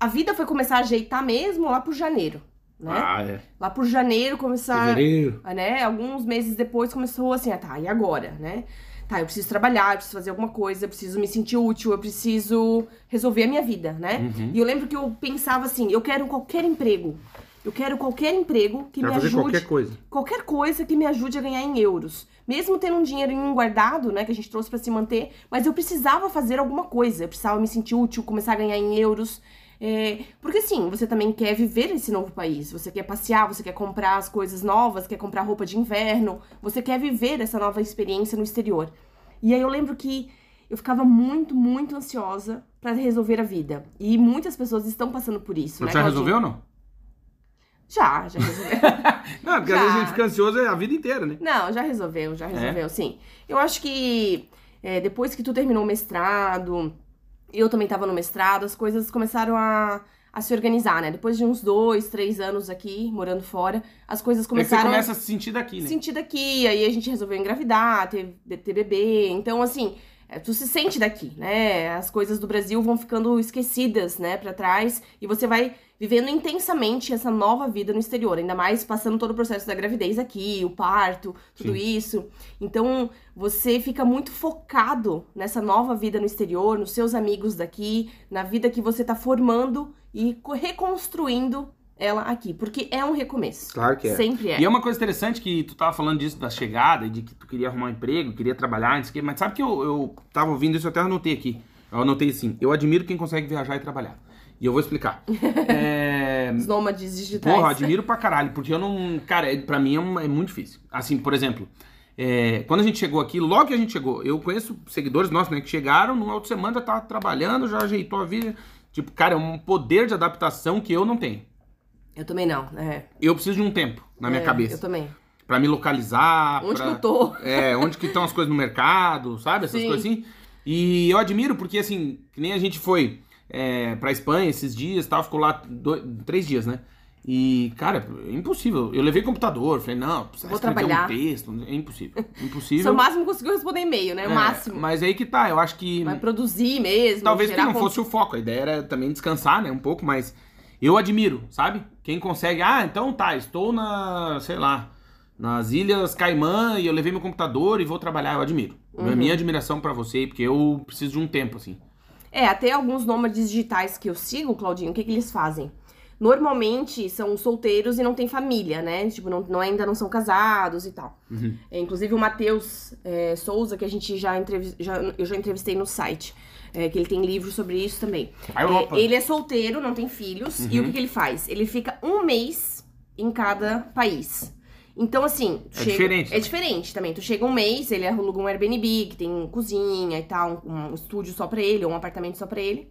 Speaker 3: a vida foi começar a ajeitar mesmo lá por janeiro, né?
Speaker 1: Ah, é.
Speaker 3: Lá por janeiro começar.
Speaker 1: Fevereiro.
Speaker 3: Ah, né? Alguns meses depois começou assim, ah, tá, e agora, né? Tá, eu preciso trabalhar, eu preciso fazer alguma coisa, eu preciso me sentir útil, eu preciso resolver a minha vida, né?
Speaker 1: Uhum.
Speaker 3: E eu lembro que eu pensava assim, eu quero qualquer emprego. Eu quero qualquer emprego que
Speaker 1: Quero
Speaker 3: me
Speaker 1: fazer
Speaker 3: ajude.
Speaker 1: qualquer coisa.
Speaker 3: Qualquer coisa que me ajude a ganhar em euros. Mesmo tendo um dinheirinho guardado, né, que a gente trouxe pra se manter, mas eu precisava fazer alguma coisa. Eu precisava me sentir útil, começar a ganhar em euros. É, porque assim, você também quer viver esse novo país. Você quer passear, você quer comprar as coisas novas, quer comprar roupa de inverno. Você quer viver essa nova experiência no exterior. E aí eu lembro que eu ficava muito, muito ansiosa pra resolver a vida. E muitas pessoas estão passando por isso. né,
Speaker 1: já
Speaker 3: Claudinha?
Speaker 1: resolveu ou não?
Speaker 3: Já, já resolveu.
Speaker 1: Não, porque
Speaker 3: Já.
Speaker 1: às vezes a gente fica ansioso a vida inteira, né?
Speaker 3: Não, já resolveu, já resolveu, sim. Eu acho que é, depois que tu terminou o mestrado, eu também tava no mestrado, as coisas começaram a, a se organizar, né? Depois de uns dois, três anos aqui, morando fora, as coisas
Speaker 1: É que você
Speaker 3: começaram
Speaker 1: começa a se sentir daqui, né?
Speaker 3: sentir daqui, aí a gente resolveu engravidar, ter, ter bebê, então assim, é, tu se sente daqui, né? As coisas do Brasil vão ficando esquecidas, né, Pra trás, e você vai vivendo intensamente essa nova vida no exterior, ainda mais passando todo o processo da gravidez aqui, o parto, tudo
Speaker 1: Sim.
Speaker 3: isso. Então, você fica muito focado nessa nova vida no exterior, nos seus amigos daqui, na vida que você tá formando e co- reconstruindo ela aqui, porque é um recomeço.
Speaker 1: Claro que é.
Speaker 3: Sempre é.
Speaker 1: E é uma coisa interessante que tu tava falando disso da chegada, e de que tu queria arrumar um emprego, queria trabalhar, não sei o quê, mas sabe que eu, eu tava ouvindo isso, eu até anotei aqui. Eu anotei assim, eu admiro quem consegue viajar e trabalhar. E eu vou explicar. é...
Speaker 3: Os nômades digitais.
Speaker 1: Porra, admiro pra caralho, porque eu não. Cara, é- pra mim é, um- é muito difícil. Assim, por exemplo, é, quando a gente chegou aqui, logo que a gente chegou, eu conheço seguidores nossos, né, que chegaram, numa outra semana já tava trabalhando, já ajeitou a vida. Tipo, cara, é um poder de adaptação que eu não tenho.
Speaker 3: Eu também não, é.
Speaker 1: Eu preciso de um tempo na minha
Speaker 3: É, Eu
Speaker 1: cabeça.
Speaker 3: também.
Speaker 1: Pra me localizar.
Speaker 3: Onde
Speaker 1: pra...
Speaker 3: que eu tô?
Speaker 1: É, onde que estão as coisas no mercado, sabe? Essas
Speaker 3: Sim.
Speaker 1: coisas assim. E eu admiro porque, assim, que nem a gente foi é, pra Espanha esses dias e tal, ficou lá dois, três dias, né? E, cara, é impossível. Eu levei computador, falei, não, precisa
Speaker 3: Vou
Speaker 1: escrever
Speaker 3: trabalhar.
Speaker 1: um texto. É impossível.
Speaker 3: Seu
Speaker 1: Impossível.
Speaker 3: máximo conseguiu responder e-mail, né? O
Speaker 1: É,
Speaker 3: máximo.
Speaker 1: Mas aí que tá, eu acho que.
Speaker 3: Vai produzir mesmo.
Speaker 1: Talvez que
Speaker 3: gerar
Speaker 1: não
Speaker 3: con-
Speaker 1: fosse o foco. A ideia era também descansar, né? Um pouco, mas eu admiro, sabe? Quem consegue. Ah, então tá, estou na, sei lá, nas Ilhas Caimã e eu levei meu computador e vou trabalhar. Eu admiro.
Speaker 3: Uhum.
Speaker 1: A minha admiração pra você, porque eu preciso de um tempo, assim.
Speaker 3: É, até alguns nômades digitais que eu sigo, Claudinho, o que, que eles fazem? Normalmente são solteiros e não tem família, né? Tipo, não, não- ainda não são casados e tal.
Speaker 1: Uhum.
Speaker 3: É, inclusive o Matheus é, Souza, que a gente já, entrevi- já- eu já entrevistei no site, é, que ele tem livro sobre isso também.
Speaker 1: A
Speaker 3: É,
Speaker 1: Europa. Uhum.
Speaker 3: ele é solteiro, não tem filhos. E o que, que ele faz? Ele fica um mês em cada país. Então, assim. tu
Speaker 1: É diferente
Speaker 3: É
Speaker 1: também.
Speaker 3: diferente também. Tu chega um mês, ele aluga um Airbnb, que tem cozinha e tal, um, um estúdio só pra ele, ou um apartamento só pra ele.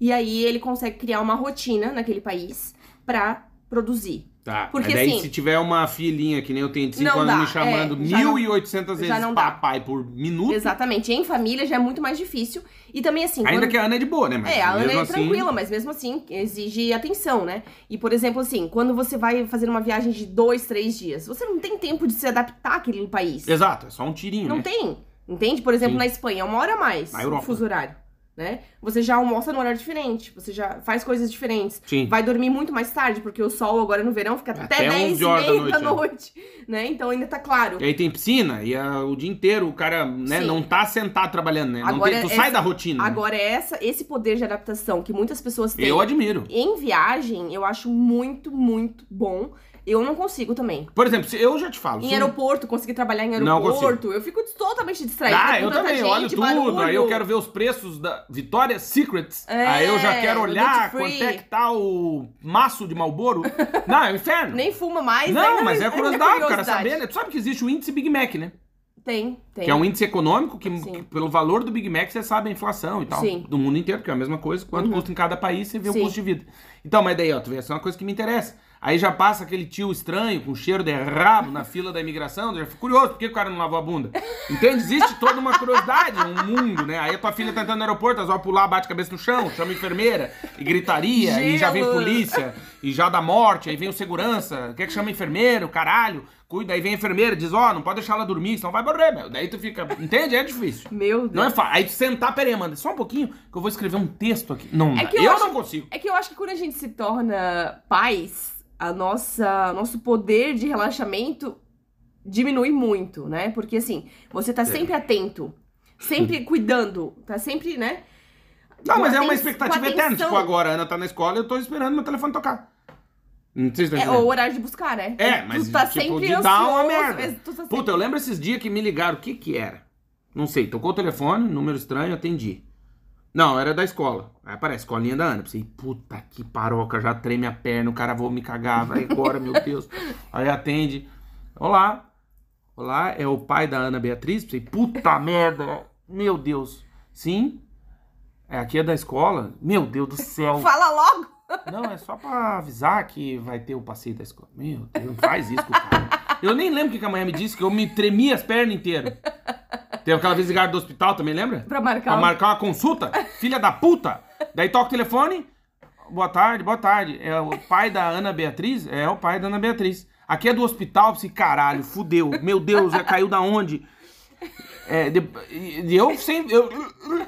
Speaker 3: E aí ele consegue criar uma rotina naquele país pra produzir.
Speaker 1: Tá.
Speaker 3: Porque,
Speaker 1: mas daí,
Speaker 3: assim,
Speaker 1: se tiver uma filhinha que nem eu tenho de 5
Speaker 3: não
Speaker 1: anos
Speaker 3: dá,
Speaker 1: me chamando
Speaker 3: é, já não-
Speaker 1: 1.800
Speaker 3: já
Speaker 1: vezes
Speaker 3: não dá.
Speaker 1: papai por minuto,
Speaker 3: Exatamente. Em família já é muito mais difícil. E também, assim.
Speaker 1: ainda
Speaker 3: quando-
Speaker 1: que a Ana é de boa, né? Mas
Speaker 3: É, a Ana
Speaker 1: mesmo
Speaker 3: é
Speaker 1: assim,
Speaker 3: tranquila, mas mesmo assim exige atenção, né? E, por exemplo, assim, quando você vai fazer uma viagem de dois, três dias, você não tem tempo de se adaptar àquele país.
Speaker 1: Exato, é só um tirinho,
Speaker 3: Não
Speaker 1: né?
Speaker 3: tem. Entende? Por exemplo,
Speaker 1: Sim.
Speaker 3: na Espanha, uma hora a mais
Speaker 1: Na
Speaker 3: o
Speaker 1: Europa.
Speaker 3: fuso horário. né? Você já almoça num horário diferente, você já faz coisas diferentes.
Speaker 1: Sim.
Speaker 3: Vai dormir muito mais tarde, porque o sol agora no verão fica até,
Speaker 1: Até
Speaker 3: 10
Speaker 1: 11
Speaker 3: e
Speaker 1: horas da
Speaker 3: meia da
Speaker 1: noite,
Speaker 3: noite, né? Então ainda tá claro.
Speaker 1: E aí tem piscina, e ah, o dia inteiro o cara né,
Speaker 3: Sim.
Speaker 1: não tá sentado trabalhando, né? Não
Speaker 3: Agora
Speaker 1: tem- tu
Speaker 3: essa-
Speaker 1: sai da rotina. né?
Speaker 3: Agora, essa, esse poder de adaptação que muitas pessoas têm
Speaker 1: Eu admiro.
Speaker 3: em viagem, eu acho muito, muito bom. Eu não consigo também.
Speaker 1: Por exemplo, se- eu já te falo.
Speaker 3: Em
Speaker 1: se-
Speaker 3: aeroporto, conseguir trabalhar em
Speaker 1: Não
Speaker 3: aeroporto, eu fico totalmente distraída.
Speaker 1: Ah,
Speaker 3: tá com
Speaker 1: eu
Speaker 3: tanta
Speaker 1: também,
Speaker 3: gente,
Speaker 1: olho tudo.
Speaker 3: barulho.
Speaker 1: Aí eu quero ver os preços da Vitória Secrets.
Speaker 3: É,
Speaker 1: aí eu já quero
Speaker 3: do
Speaker 1: olhar
Speaker 3: duty free.
Speaker 1: quanto é que tá o maço de Malboro. não, é um inferno.
Speaker 3: Nem fuma mais.
Speaker 1: não,
Speaker 3: ainda-
Speaker 1: mas é
Speaker 3: ainda
Speaker 1: curiosidade, o cara
Speaker 3: curiosidade.
Speaker 1: saber, né? Tu sabe que existe o índice Big Mac, né?
Speaker 3: Tem, tem.
Speaker 1: Que é um índice econômico que,
Speaker 3: Sim.
Speaker 1: que pelo valor do Big Mac, você sabe a inflação e tal.
Speaker 3: Sim.
Speaker 1: Do mundo inteiro, que é a mesma coisa. Quanto custa em cada país, você vê
Speaker 3: Uhum. Sim.
Speaker 1: o custo de vida. Então, mas daí, ó, tu vê, essa é uma coisa que me interessa. Aí já passa aquele tio estranho com cheiro de rabo na fila da imigração. eu Já fico curioso, por que o cara não lavou a bunda? Entende? Existe toda uma curiosidade, um mundo, né? Aí a tua filha tá entrando no aeroporto, elas vão pular, bate a cabeça no chão, chama a enfermeira, e gritaria, e já vem
Speaker 3: Gelo.
Speaker 1: polícia polícia, e já dá morte, aí vem o segurança, quer que chame enfermeiro, caralho, cuida, aí vem a enfermeira, diz, ó, não pode deixar ela dormir, senão vai morrer, meu. Daí tu fica, entende? É difícil.
Speaker 3: Meu Deus.
Speaker 1: Não é fácil. Aí tu sentar, peraí, Amanda, só um pouquinho, que eu vou escrever um texto aqui. Não,
Speaker 3: É
Speaker 1: dá.
Speaker 3: que eu
Speaker 1: eu,
Speaker 3: acho-
Speaker 1: não consigo.
Speaker 3: É que eu acho que quando a gente se torna pais, a nossa nosso poder de relaxamento diminui muito, né? Porque assim, você tá sempre atento, sempre cuidando, tá sempre, né?
Speaker 1: Não,
Speaker 3: Com
Speaker 1: mas é
Speaker 3: aten-
Speaker 1: uma
Speaker 3: com
Speaker 1: expectativa eterna.
Speaker 3: atenção.
Speaker 1: Tipo, agora a Ana tá na escola e eu tô esperando meu telefone tocar. Não sei se tá
Speaker 3: É
Speaker 1: entendendo.
Speaker 3: o horário de buscar, né?
Speaker 1: É, mas
Speaker 3: tu tá
Speaker 1: tipo,
Speaker 3: sempre
Speaker 1: de dar uma
Speaker 3: ansioso,
Speaker 1: merda.
Speaker 3: tu tá sempre-
Speaker 1: Puta, eu lembro esses dias que me ligaram, o que que era? Não sei, tocou o telefone, número estranho, atendi. Não, era da escola. Aí aparece, escolinha da Ana. Pensei, puta que paroca, já treme a perna, o cara vou me cagar, vai agora, meu Deus. Aí atende, olá, olá, é o pai da Ana Beatriz? Pensei, puta merda, meu Deus. Sim, é aqui é da escola, meu Deus do céu.
Speaker 3: Fala logo.
Speaker 1: Não, é só pra avisar que vai ter o passeio da escola. Meu Deus, não faz isso com o cara. Eu nem lembro o que que a mulher me disse, que eu me tremi as pernas inteiras. Teve aquela vez ligaram do hospital também, lembra?
Speaker 3: Pra marcar
Speaker 1: Pra
Speaker 3: um-
Speaker 1: marcar uma consulta? Filha da puta! Daí toca o telefone. Boa tarde, boa tarde. É o pai da Ana Beatriz? É o pai da Ana Beatriz. Aqui é do hospital, esse caralho, fudeu. Meu Deus, já caiu da onde? É, de- e eu sem. Eu,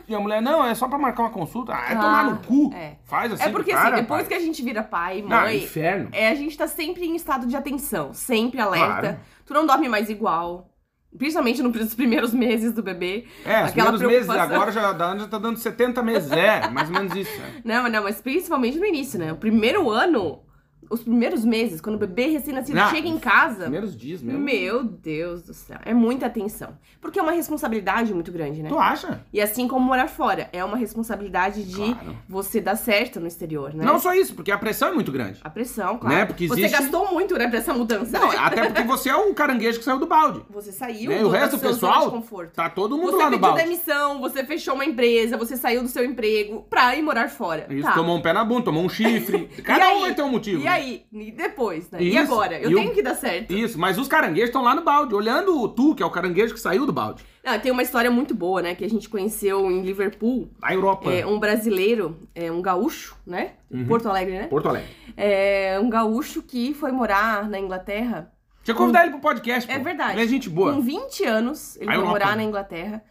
Speaker 1: e a mulher, não, é só pra marcar uma consulta. Ah, é tomar no cu.
Speaker 3: é.
Speaker 1: Faz assim.
Speaker 3: É porque
Speaker 1: pro cara,
Speaker 3: assim, depois
Speaker 1: pai.
Speaker 3: que a gente vira pai, mãe,
Speaker 1: Não, é inferno.
Speaker 3: É, a gente tá sempre em estado de atenção, sempre alerta.
Speaker 1: Claro.
Speaker 3: Tu não dorme mais igual. Principalmente no- nos primeiros meses do bebê.
Speaker 1: É, os
Speaker 3: Aquela
Speaker 1: primeiros meses
Speaker 3: preocupação.
Speaker 1: agora já, da Ana já tá dando 70 meses. É, mais ou menos isso. é.
Speaker 3: Não, não, mas principalmente no início, né? O primeiro ano, os primeiros meses, quando o bebê recém-nascido
Speaker 1: Não,
Speaker 3: chega em
Speaker 1: os
Speaker 3: casa.
Speaker 1: Primeiros dias mesmo.
Speaker 3: Meu Deus do céu. É muita atenção. Porque é uma responsabilidade muito grande, né?
Speaker 1: Tu acha?
Speaker 3: E assim como morar fora, é uma responsabilidade de
Speaker 1: Claro.
Speaker 3: você dar certo no exterior, né?
Speaker 1: Não só isso, porque a pressão é muito grande.
Speaker 3: A pressão, claro.
Speaker 1: Né? Porque
Speaker 3: Você
Speaker 1: existe-
Speaker 3: gastou muito, né, pra essa mudança.
Speaker 1: Não, até porque você é o caranguejo que saiu do balde.
Speaker 3: Você saiu
Speaker 1: Né? E
Speaker 3: do,
Speaker 1: o resto do
Speaker 3: da sua zona
Speaker 1: pessoal
Speaker 3: de conforto.
Speaker 1: Tá todo mundo
Speaker 3: Você
Speaker 1: lá no
Speaker 3: pediu
Speaker 1: balde.
Speaker 3: demissão, você fechou uma empresa, você saiu do seu emprego pra ir morar fora.
Speaker 1: Isso,
Speaker 3: tá.
Speaker 1: tomou um pé na bunda, tomou um chifre. Cada
Speaker 3: E
Speaker 1: um
Speaker 3: aí?
Speaker 1: vai ter um motivo.
Speaker 3: E aí? E depois, né? E
Speaker 1: Isso.
Speaker 3: agora? Eu
Speaker 1: E o-
Speaker 3: tenho que dar certo.
Speaker 1: Isso, mas os caranguejos estão lá no balde, olhando o tu, que é o caranguejo que saiu do balde.
Speaker 3: Ah, tem uma história muito boa, né? Que a gente conheceu em Liverpool.
Speaker 1: Da Europa.
Speaker 3: É, um brasileiro, é, um gaúcho, né?
Speaker 1: Uhum.
Speaker 3: Porto Alegre, né?
Speaker 1: Porto Alegre.
Speaker 3: É, um gaúcho que foi morar na Inglaterra
Speaker 1: Tinha que convidar ele pro podcast.
Speaker 3: um É
Speaker 1: pô.
Speaker 3: verdade.
Speaker 1: Ele é gente boa.
Speaker 3: com 20 anos. Ele
Speaker 1: A
Speaker 3: foi
Speaker 1: Europa.
Speaker 3: morar na Inglaterra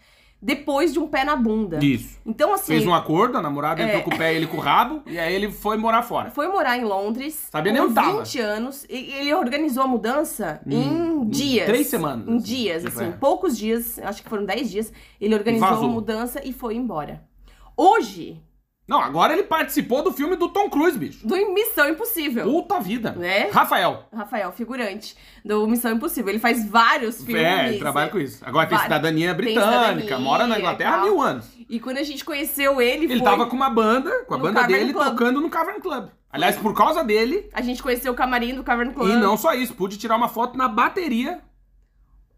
Speaker 3: depois de um pé na bunda.
Speaker 1: Isso.
Speaker 3: Então, assim,
Speaker 1: Fez um acordo, a namorada
Speaker 3: É.
Speaker 1: entrou com o pé e ele com o rabo, e aí ele foi morar fora.
Speaker 3: foi morar em Londres.
Speaker 1: Sabia
Speaker 3: com
Speaker 1: nem onde tava.
Speaker 3: 20 anos. E ele organizou a mudança em
Speaker 1: em
Speaker 3: dias.
Speaker 1: três semanas,
Speaker 3: Em
Speaker 1: assim.
Speaker 3: dias,
Speaker 1: Tipo,
Speaker 3: assim.
Speaker 1: é.
Speaker 3: Poucos dias, acho que foram 10 dias. Ele organizou a
Speaker 1: vazou.
Speaker 3: mudança e foi embora. Hoje,
Speaker 1: Não, agora ele participou do filme do Tom Cruise, bicho.
Speaker 3: do Missão Impossível.
Speaker 1: Puta vida.
Speaker 3: Né?
Speaker 1: Rafael.
Speaker 3: Rafael, figurante do Missão Impossível. Ele faz vários filmes.
Speaker 1: É, ele trabalha com isso. Agora tem
Speaker 3: Vai.
Speaker 1: cidadania
Speaker 3: Tem
Speaker 1: britânica,
Speaker 3: cidadania
Speaker 1: mora na
Speaker 3: e
Speaker 1: Inglaterra há
Speaker 3: tal.
Speaker 1: mil anos.
Speaker 3: E quando a gente conheceu ele,
Speaker 1: Ele
Speaker 3: foi-
Speaker 1: tava com uma banda, com a
Speaker 3: No
Speaker 1: banda
Speaker 3: Cavern
Speaker 1: dele,
Speaker 3: Club.
Speaker 1: tocando no Cavern Club. Aliás, por causa dele,
Speaker 3: a gente conheceu o camarim do Cavern Club.
Speaker 1: e não só isso, pude tirar uma foto na bateria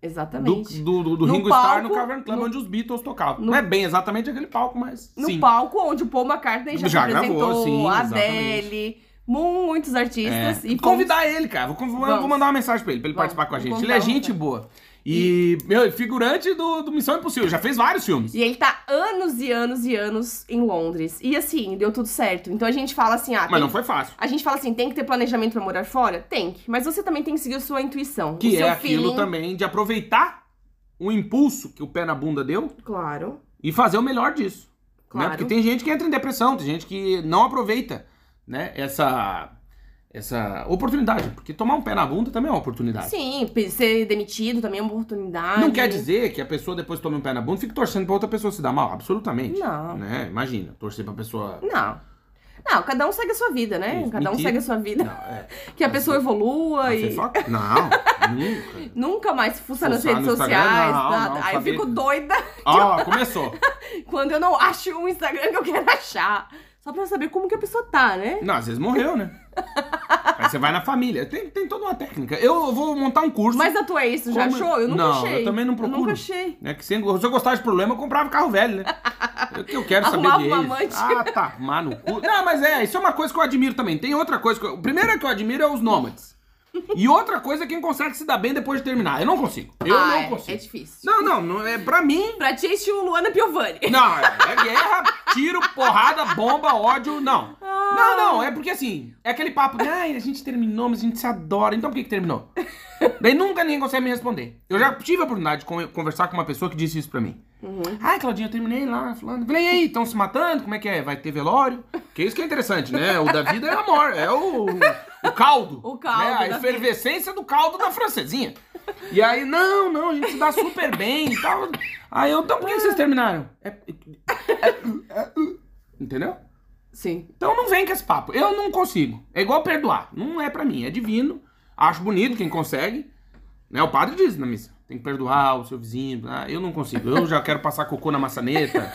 Speaker 1: do,
Speaker 3: Exatamente.
Speaker 1: do, do- do
Speaker 3: No
Speaker 1: Ringo
Speaker 3: palco,
Speaker 1: Starr no Cavern Club,
Speaker 3: no-
Speaker 1: onde os Beatles tocavam.
Speaker 3: no-
Speaker 1: Não é bem exatamente aquele palco, mas
Speaker 3: No
Speaker 1: sim.
Speaker 3: palco onde o Paul McCartney já,
Speaker 1: Já
Speaker 3: se
Speaker 1: gravou,
Speaker 3: apresentou,
Speaker 1: sim,
Speaker 3: a
Speaker 1: exatamente.
Speaker 3: Adele, mu- muitos
Speaker 1: É.
Speaker 3: artistas. E fomos-
Speaker 1: Convidar ele, cara. Vou, conv- vou
Speaker 3: Vamos.
Speaker 1: mandar uma mensagem pra ele, pra ele
Speaker 3: Vamos.
Speaker 1: participar com a
Speaker 3: Vou
Speaker 1: gente. Ele é
Speaker 3: convidar, um
Speaker 1: gente
Speaker 3: vamos.
Speaker 1: boa. E, meu, figurante do, do Missão Impossível. Já fez vários filmes.
Speaker 3: E ele tá anos e anos e anos em Londres. E assim, deu tudo certo. Então a gente fala assim, ah, tem-
Speaker 1: Mas não foi fácil.
Speaker 3: a gente fala assim, tem que ter planejamento pra morar fora? Tem que. Mas você também tem que seguir a sua intuição. o
Speaker 1: Que
Speaker 3: seu
Speaker 1: é aquilo
Speaker 3: feeling.
Speaker 1: também de aproveitar o impulso que o pé na bunda deu
Speaker 3: Claro.
Speaker 1: e fazer o melhor disso.
Speaker 3: Claro.
Speaker 1: Né? Porque tem gente que entra em depressão, tem gente que não aproveita né, essa, essa oportunidade. Porque tomar um pé na bunda também é uma oportunidade.
Speaker 3: Sim, pe- ser demitido também é uma oportunidade.
Speaker 1: Não quer dizer que a pessoa depois tome um pé na bunda e fique torcendo pra outra pessoa se dar mal, absolutamente.
Speaker 3: Não.
Speaker 1: Né? Imagina, torcer pra pessoa.
Speaker 3: Não. Não, cada um segue a sua vida, né?
Speaker 1: Isso,
Speaker 3: cada um
Speaker 1: mentira.
Speaker 3: segue a sua vida.
Speaker 1: Não, é.
Speaker 3: Que a pessoa evolua
Speaker 1: Você
Speaker 3: e
Speaker 1: só- Não, nunca.
Speaker 3: nunca mais fuça nas
Speaker 1: Fuçar
Speaker 3: redes
Speaker 1: no Instagram,
Speaker 3: sociais.
Speaker 1: não,
Speaker 3: nada.
Speaker 1: não,
Speaker 3: Aí eu
Speaker 1: saber-
Speaker 3: fico doida
Speaker 1: Ó, começou.
Speaker 3: quando eu não acho um Instagram que eu quero achar. Só pra saber como que a pessoa tá, né?
Speaker 1: Não, às vezes morreu, né? Aí você vai na família. Tem, tem toda uma técnica. Eu vou montar um curso.
Speaker 3: Mas a tua é isso, já
Speaker 1: Como-
Speaker 3: achou? Eu nunca
Speaker 1: Não,
Speaker 3: achei.
Speaker 1: eu também não procuro.
Speaker 3: Eu nunca achei.
Speaker 1: Né, que se, se eu gostasse de problema, eu comprava carro velho, né? Eu, que eu quero saber
Speaker 3: Arrumava
Speaker 1: de
Speaker 3: uma
Speaker 1: ex.
Speaker 3: amante.
Speaker 1: Ah, tá, mano. Não, mas é, isso é uma coisa que eu admiro também. Tem outra coisa que eu... Primeiro que eu admiro é os nômades. E outra coisa é quem consegue se dar bem depois de terminar. Eu não consigo. Eu
Speaker 3: Ah, é-
Speaker 1: não consigo.
Speaker 3: É difícil.
Speaker 1: Não, não, não, é pra mim...
Speaker 3: Pra ti é estilo Luana Piovani.
Speaker 1: Não, é, é guerra, tiro, porrada, bomba, ódio, não. Não, não, é porque assim, é aquele papo de, ai, a gente terminou, mas a gente se adora, então por que que terminou? Daí nunca ninguém consegue me responder. Eu já tive a oportunidade de con- conversar com uma pessoa que disse isso pra mim. Ai, Claudinha, eu terminei lá, falando. Falei, e aí, estão se matando? Como é que é? Vai ter velório? Que isso que é interessante, né? O da vida é a mor, é o, o caldo.
Speaker 3: O caldo
Speaker 1: Né? A
Speaker 3: da
Speaker 1: efervescência do caldo da francesinha. E aí, não, não, a gente se dá super bem e tal. Aí eu, então por que vocês terminaram? É- é- Entendeu?
Speaker 3: Sim.
Speaker 1: Então não vem com esse papo. Eu não consigo. É igual perdoar. Não é pra mim, é divino. Acho bonito quem consegue. Né? O padre diz na missa. Tem que perdoar o seu vizinho. Ah, eu não consigo. Eu já quero passar cocô na maçaneta,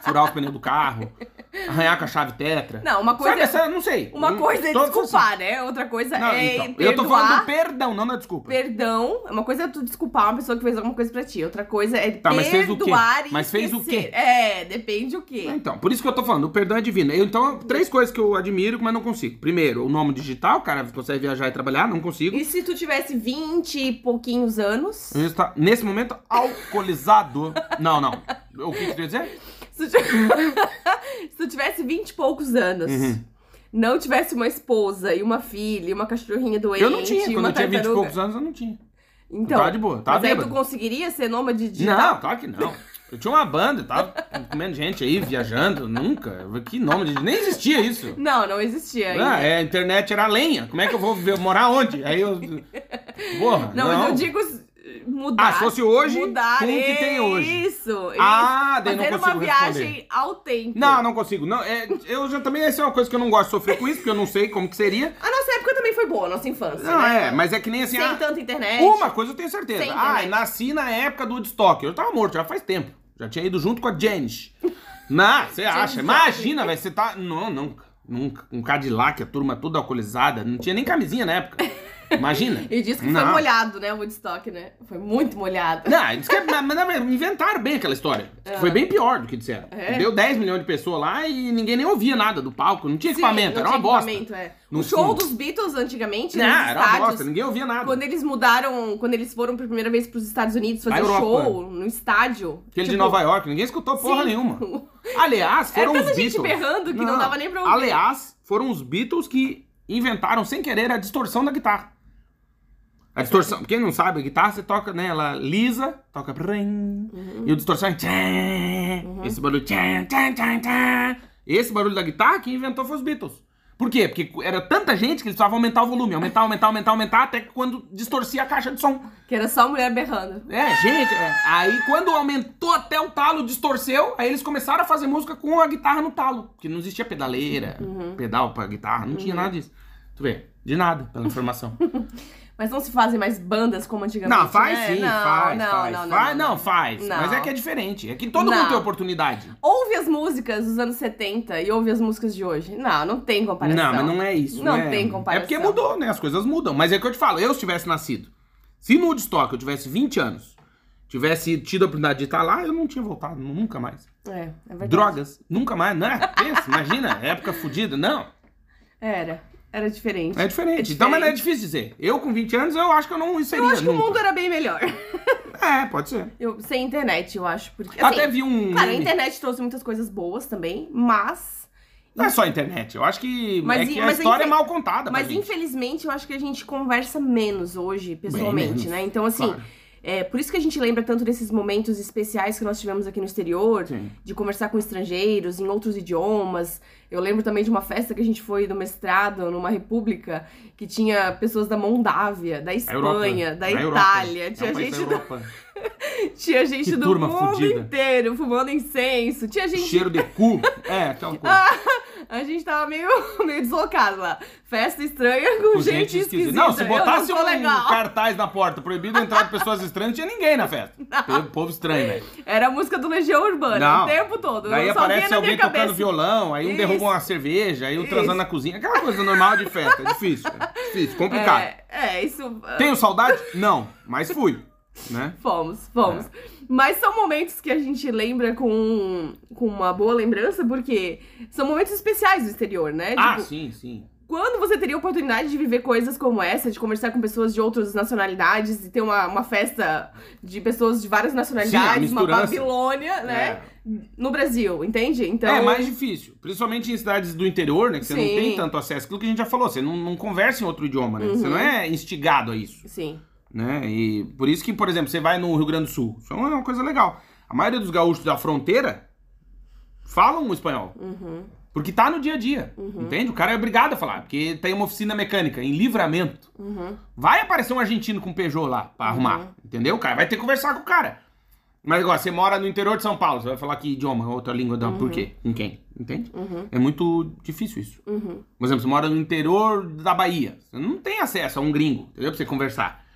Speaker 1: furar os pneus do carro, arranhar com a chave tetra.
Speaker 3: Não, uma coisa- é-
Speaker 1: Sabe, essa, não sei.
Speaker 3: Uma
Speaker 1: Não-
Speaker 3: coisa é
Speaker 1: todas
Speaker 3: desculpar, né? Outra coisa
Speaker 1: assim. Não,
Speaker 3: é
Speaker 1: então,
Speaker 3: perdoar.
Speaker 1: eu tô falando do perdão, não da desculpa.
Speaker 3: Perdão, uma coisa é tu desculpar uma pessoa que fez alguma coisa pra ti, outra coisa é
Speaker 1: Tá, mas fez o quê?
Speaker 3: perdoar e
Speaker 1: Mas fez o
Speaker 3: esquecer.
Speaker 1: quê?
Speaker 3: É, depende o quê.
Speaker 1: Então, por isso que eu tô falando, o perdão é divino. Eu, então, três coisas que eu admiro, mas não consigo. Primeiro, o nome digital, o cara consegue viajar e trabalhar, não consigo.
Speaker 3: E se tu tivesse 20 e pouquinhos anos?
Speaker 1: Ele está, nesse momento, alcoolizado. não, não. O que que tu ia dizer?
Speaker 3: Se tu, ti- se tu tivesse 20 e poucos anos,
Speaker 1: Uhum.
Speaker 3: não tivesse uma esposa e uma filha, e uma cachorrinha doente,
Speaker 1: Eu não tinha.
Speaker 3: e
Speaker 1: Quando
Speaker 3: uma
Speaker 1: eu tinha 20 e
Speaker 3: tartaruga.
Speaker 1: poucos anos, eu não tinha.
Speaker 3: Então,
Speaker 1: Tá de boa, tá
Speaker 3: mas aí tu
Speaker 1: bêbado.
Speaker 3: conseguiria ser nômade de
Speaker 1: Não, claro que não. Eu tinha uma banda, tava comendo gente aí, viajando, nunca. Que nome de... Nem existia isso.
Speaker 3: Não, não existia ainda.
Speaker 1: Ah, é, a internet era lenha. Como é que eu vou viver- morar onde? Aí eu. Porra.
Speaker 3: Não, mas eu digo s- mudar.
Speaker 1: Ah, se fosse hoje,
Speaker 3: mudar
Speaker 1: com o que tem hoje.
Speaker 3: Isso.
Speaker 1: Ah,
Speaker 3: isso.
Speaker 1: daí não
Speaker 3: Fazer uma
Speaker 1: consigo responder.
Speaker 3: viagem ao tempo.
Speaker 1: Não, não consigo. Não, é, eu já também. Essa é uma coisa que eu não gosto de sofrer com isso, porque eu não sei como que seria.
Speaker 3: A nossa época também foi boa, a nossa infância.
Speaker 1: Não,
Speaker 3: né?
Speaker 1: é, mas é que nem assim.
Speaker 3: Sem
Speaker 1: ah,
Speaker 3: tanta internet.
Speaker 1: Uma coisa eu tenho certeza.
Speaker 3: Sem
Speaker 1: Ah,
Speaker 3: internet.
Speaker 1: nasci na época do Woodstock. Eu tava morto, já faz tempo. Já tinha ido junto com a Janis. Não, você acha?
Speaker 3: Joplin.
Speaker 1: Imagina, velho, você tá... Não, nunca. Nunca. Um Cadillac, a turma toda alcoolizada. Não tinha nem camisinha na época. Imagina.
Speaker 3: E diz que foi
Speaker 1: Não.
Speaker 3: molhado, né, o Woodstock, né? Foi muito molhado.
Speaker 1: Não, diz que, é- mas, mas inventaram bem aquela história. Diz que Foi bem pior do que disseram.
Speaker 3: É?
Speaker 1: Deu 10 milhões de pessoas lá e ninguém nem ouvia nada do palco. Não tinha
Speaker 3: Sim,
Speaker 1: equipamento,
Speaker 3: não
Speaker 1: era
Speaker 3: tinha
Speaker 1: uma bosta.
Speaker 3: equipamento, é.
Speaker 1: No
Speaker 3: O show
Speaker 1: fundo.
Speaker 3: dos Beatles antigamente,
Speaker 1: Não,
Speaker 3: nos
Speaker 1: era uma
Speaker 3: estádios,
Speaker 1: bosta, ninguém ouvia nada.
Speaker 3: quando eles mudaram, quando eles foram pela primeira vez pros Estados Unidos
Speaker 1: Na
Speaker 3: fazer
Speaker 1: Europa. né?
Speaker 3: show no estádio.
Speaker 1: Aquele de
Speaker 3: tipo,
Speaker 1: Nova York, ninguém escutou porra
Speaker 3: Sim.
Speaker 1: nenhuma. Aliás, foram
Speaker 3: Era
Speaker 1: os
Speaker 3: É tanta
Speaker 1: Beatles.
Speaker 3: gente berrando que não dava nem pra ouvir.
Speaker 1: Aliás, foram os Beatles que inventaram sem querer a distorção da guitarra. A distorção, quem não sabe, a guitarra você toca, né? Ela lisa, toca. brim, E o distorção é. tchan,
Speaker 3: Uhum.
Speaker 1: Esse barulho. tchan, tchan, tchan, tchan. Esse barulho da guitarra que inventou foi os Beatles. Por quê? Porque era tanta gente que eles precisavam aumentar o volume, aumentar, aumentar, aumentar, aumentar, até que quando distorcia a caixa de som.
Speaker 3: Que era só mulher berrando.
Speaker 1: É, gente, é. aí quando aumentou até o talo, distorceu, aí eles começaram a fazer música com a guitarra no talo, porque não existia pedaleira,
Speaker 3: Uhum.
Speaker 1: pedal pra guitarra, não tinha nada disso. Tu vê, de nada, pela informação.
Speaker 3: Mas não se fazem mais bandas como antigamente.
Speaker 1: não, faz
Speaker 3: né?
Speaker 1: sim,
Speaker 3: não,
Speaker 1: faz,
Speaker 3: não,
Speaker 1: faz,
Speaker 3: não, não,
Speaker 1: faz,
Speaker 3: não,
Speaker 1: não, faz,
Speaker 3: Não.
Speaker 1: mas é que é diferente, é que todo
Speaker 3: Não.
Speaker 1: mundo tem oportunidade.
Speaker 3: Ouve as músicas dos anos 70 e ouve as músicas de hoje. Não, não tem comparação.
Speaker 1: Não, mas não é isso,
Speaker 3: Não
Speaker 1: né?
Speaker 3: tem comparação.
Speaker 1: É porque mudou, né, as coisas mudam, mas é que eu te falo, eu se tivesse nascido, se no Woodstock eu tivesse 20 anos, tivesse tido a oportunidade de estar lá, eu não tinha voltado, nunca mais.
Speaker 3: É, é verdade.
Speaker 1: Drogas, nunca mais, né? Pensa, imagina, época fodida. Não,
Speaker 3: Era. Era diferente.
Speaker 1: é diferente. Então, mas não é difícil dizer. Eu com 20 anos, eu acho que eu não seria.
Speaker 3: Eu acho que o
Speaker 1: nunca.
Speaker 3: mundo era bem melhor.
Speaker 1: É, pode ser.
Speaker 3: Eu, sem internet, eu acho. Porque, assim,
Speaker 1: Até vi um.
Speaker 3: Cara, a
Speaker 1: meme.
Speaker 3: internet trouxe muitas coisas boas também, mas.
Speaker 1: Não é só internet. Eu acho que,
Speaker 3: Mas
Speaker 1: é
Speaker 3: e-
Speaker 1: que a
Speaker 3: mas
Speaker 1: história
Speaker 3: infe-
Speaker 1: é mal contada. pra
Speaker 3: Mas
Speaker 1: gente.
Speaker 3: infelizmente eu acho que a gente conversa menos hoje, pessoalmente,
Speaker 1: menos,
Speaker 3: né? Então, assim,
Speaker 1: claro.
Speaker 3: É, por isso que a gente lembra tanto desses momentos especiais que nós tivemos aqui no exterior,
Speaker 1: Sim.
Speaker 3: de conversar com estrangeiros em outros idiomas. Eu lembro também de uma festa que a gente foi do mestrado numa república que tinha pessoas da Moldávia, da
Speaker 1: É A Europa.
Speaker 3: Espanha, da
Speaker 1: A Europa.
Speaker 3: Itália,
Speaker 1: É um
Speaker 3: tinha
Speaker 1: país da
Speaker 3: gente do
Speaker 1: Europa.
Speaker 3: tinha gente
Speaker 1: Que
Speaker 3: do
Speaker 1: turma
Speaker 3: mundo
Speaker 1: fudida.
Speaker 3: inteiro fumando incenso. Tinha gente. Ah,
Speaker 1: Cheiro de cu. É, aquela coisa.
Speaker 3: A gente tava meio, meio deslocado lá. Festa estranha com,
Speaker 1: Com
Speaker 3: gente, esquisita.
Speaker 1: Não, se
Speaker 3: Eu
Speaker 1: botasse
Speaker 3: sou
Speaker 1: um
Speaker 3: legal.
Speaker 1: cartaz na porta, proibido entrar de pessoas estranhas, não tinha ninguém na festa. Pelo povo estranho, né? velho.
Speaker 3: Era a música do Legião Urbana
Speaker 1: Não.
Speaker 3: o tempo todo.
Speaker 1: Daí
Speaker 3: eu só via
Speaker 1: aparece
Speaker 3: na
Speaker 1: alguém
Speaker 3: minha cabeça.
Speaker 1: tocando violão, aí um
Speaker 3: Isso.
Speaker 1: derruba uma cerveja, aí um
Speaker 3: Isso.
Speaker 1: transando na cozinha. Aquela coisa normal de festa. É difícil, cara. Difícil, complicado.
Speaker 3: É, é, isso. ah,
Speaker 1: Tenho saudade? Não, mas fui. Né?
Speaker 3: Fomos, fomos. Mas são momentos que a gente lembra com, com uma boa lembrança, porque são momentos especiais do exterior, né?
Speaker 1: Ah,
Speaker 3: Tipo,
Speaker 1: sim, sim.
Speaker 3: Quando você teria a oportunidade de viver coisas como essa, de conversar com pessoas de outras nacionalidades e ter uma, uma festa de pessoas de várias nacionalidades, uma
Speaker 1: misturança.
Speaker 3: Babilônia, né? No Brasil, entende? Então.
Speaker 1: É mais difícil. Principalmente em cidades do interior, né? Que você não
Speaker 3: Sim.
Speaker 1: tem tanto acesso. Aquilo que a gente já falou, você não, não conversa em outro idioma, né? Você
Speaker 3: Uhum.
Speaker 1: não é instigado a isso.
Speaker 3: Sim.
Speaker 1: né? E por isso que, por exemplo, você vai no Rio Grande do Sul, isso é uma coisa legal. A maioria dos gaúchos da fronteira falam o espanhol,
Speaker 3: Uhum.
Speaker 1: porque tá no dia a dia, entende? O cara é obrigado a falar, porque tem uma oficina mecânica em livramento.
Speaker 3: Uhum.
Speaker 1: Vai aparecer um argentino com Peugeot lá pra arrumar, entendeu? O cara vai ter que conversar com o cara. Mas agora, você mora no interior de São Paulo, você vai falar que idioma, outra língua, da... por quê? Com quem? Entende?
Speaker 3: Uhum.
Speaker 1: É muito difícil isso.
Speaker 3: Uhum.
Speaker 1: Por exemplo, você mora no interior da Bahia, você não tem acesso a um gringo, entendeu? Pra você conversar.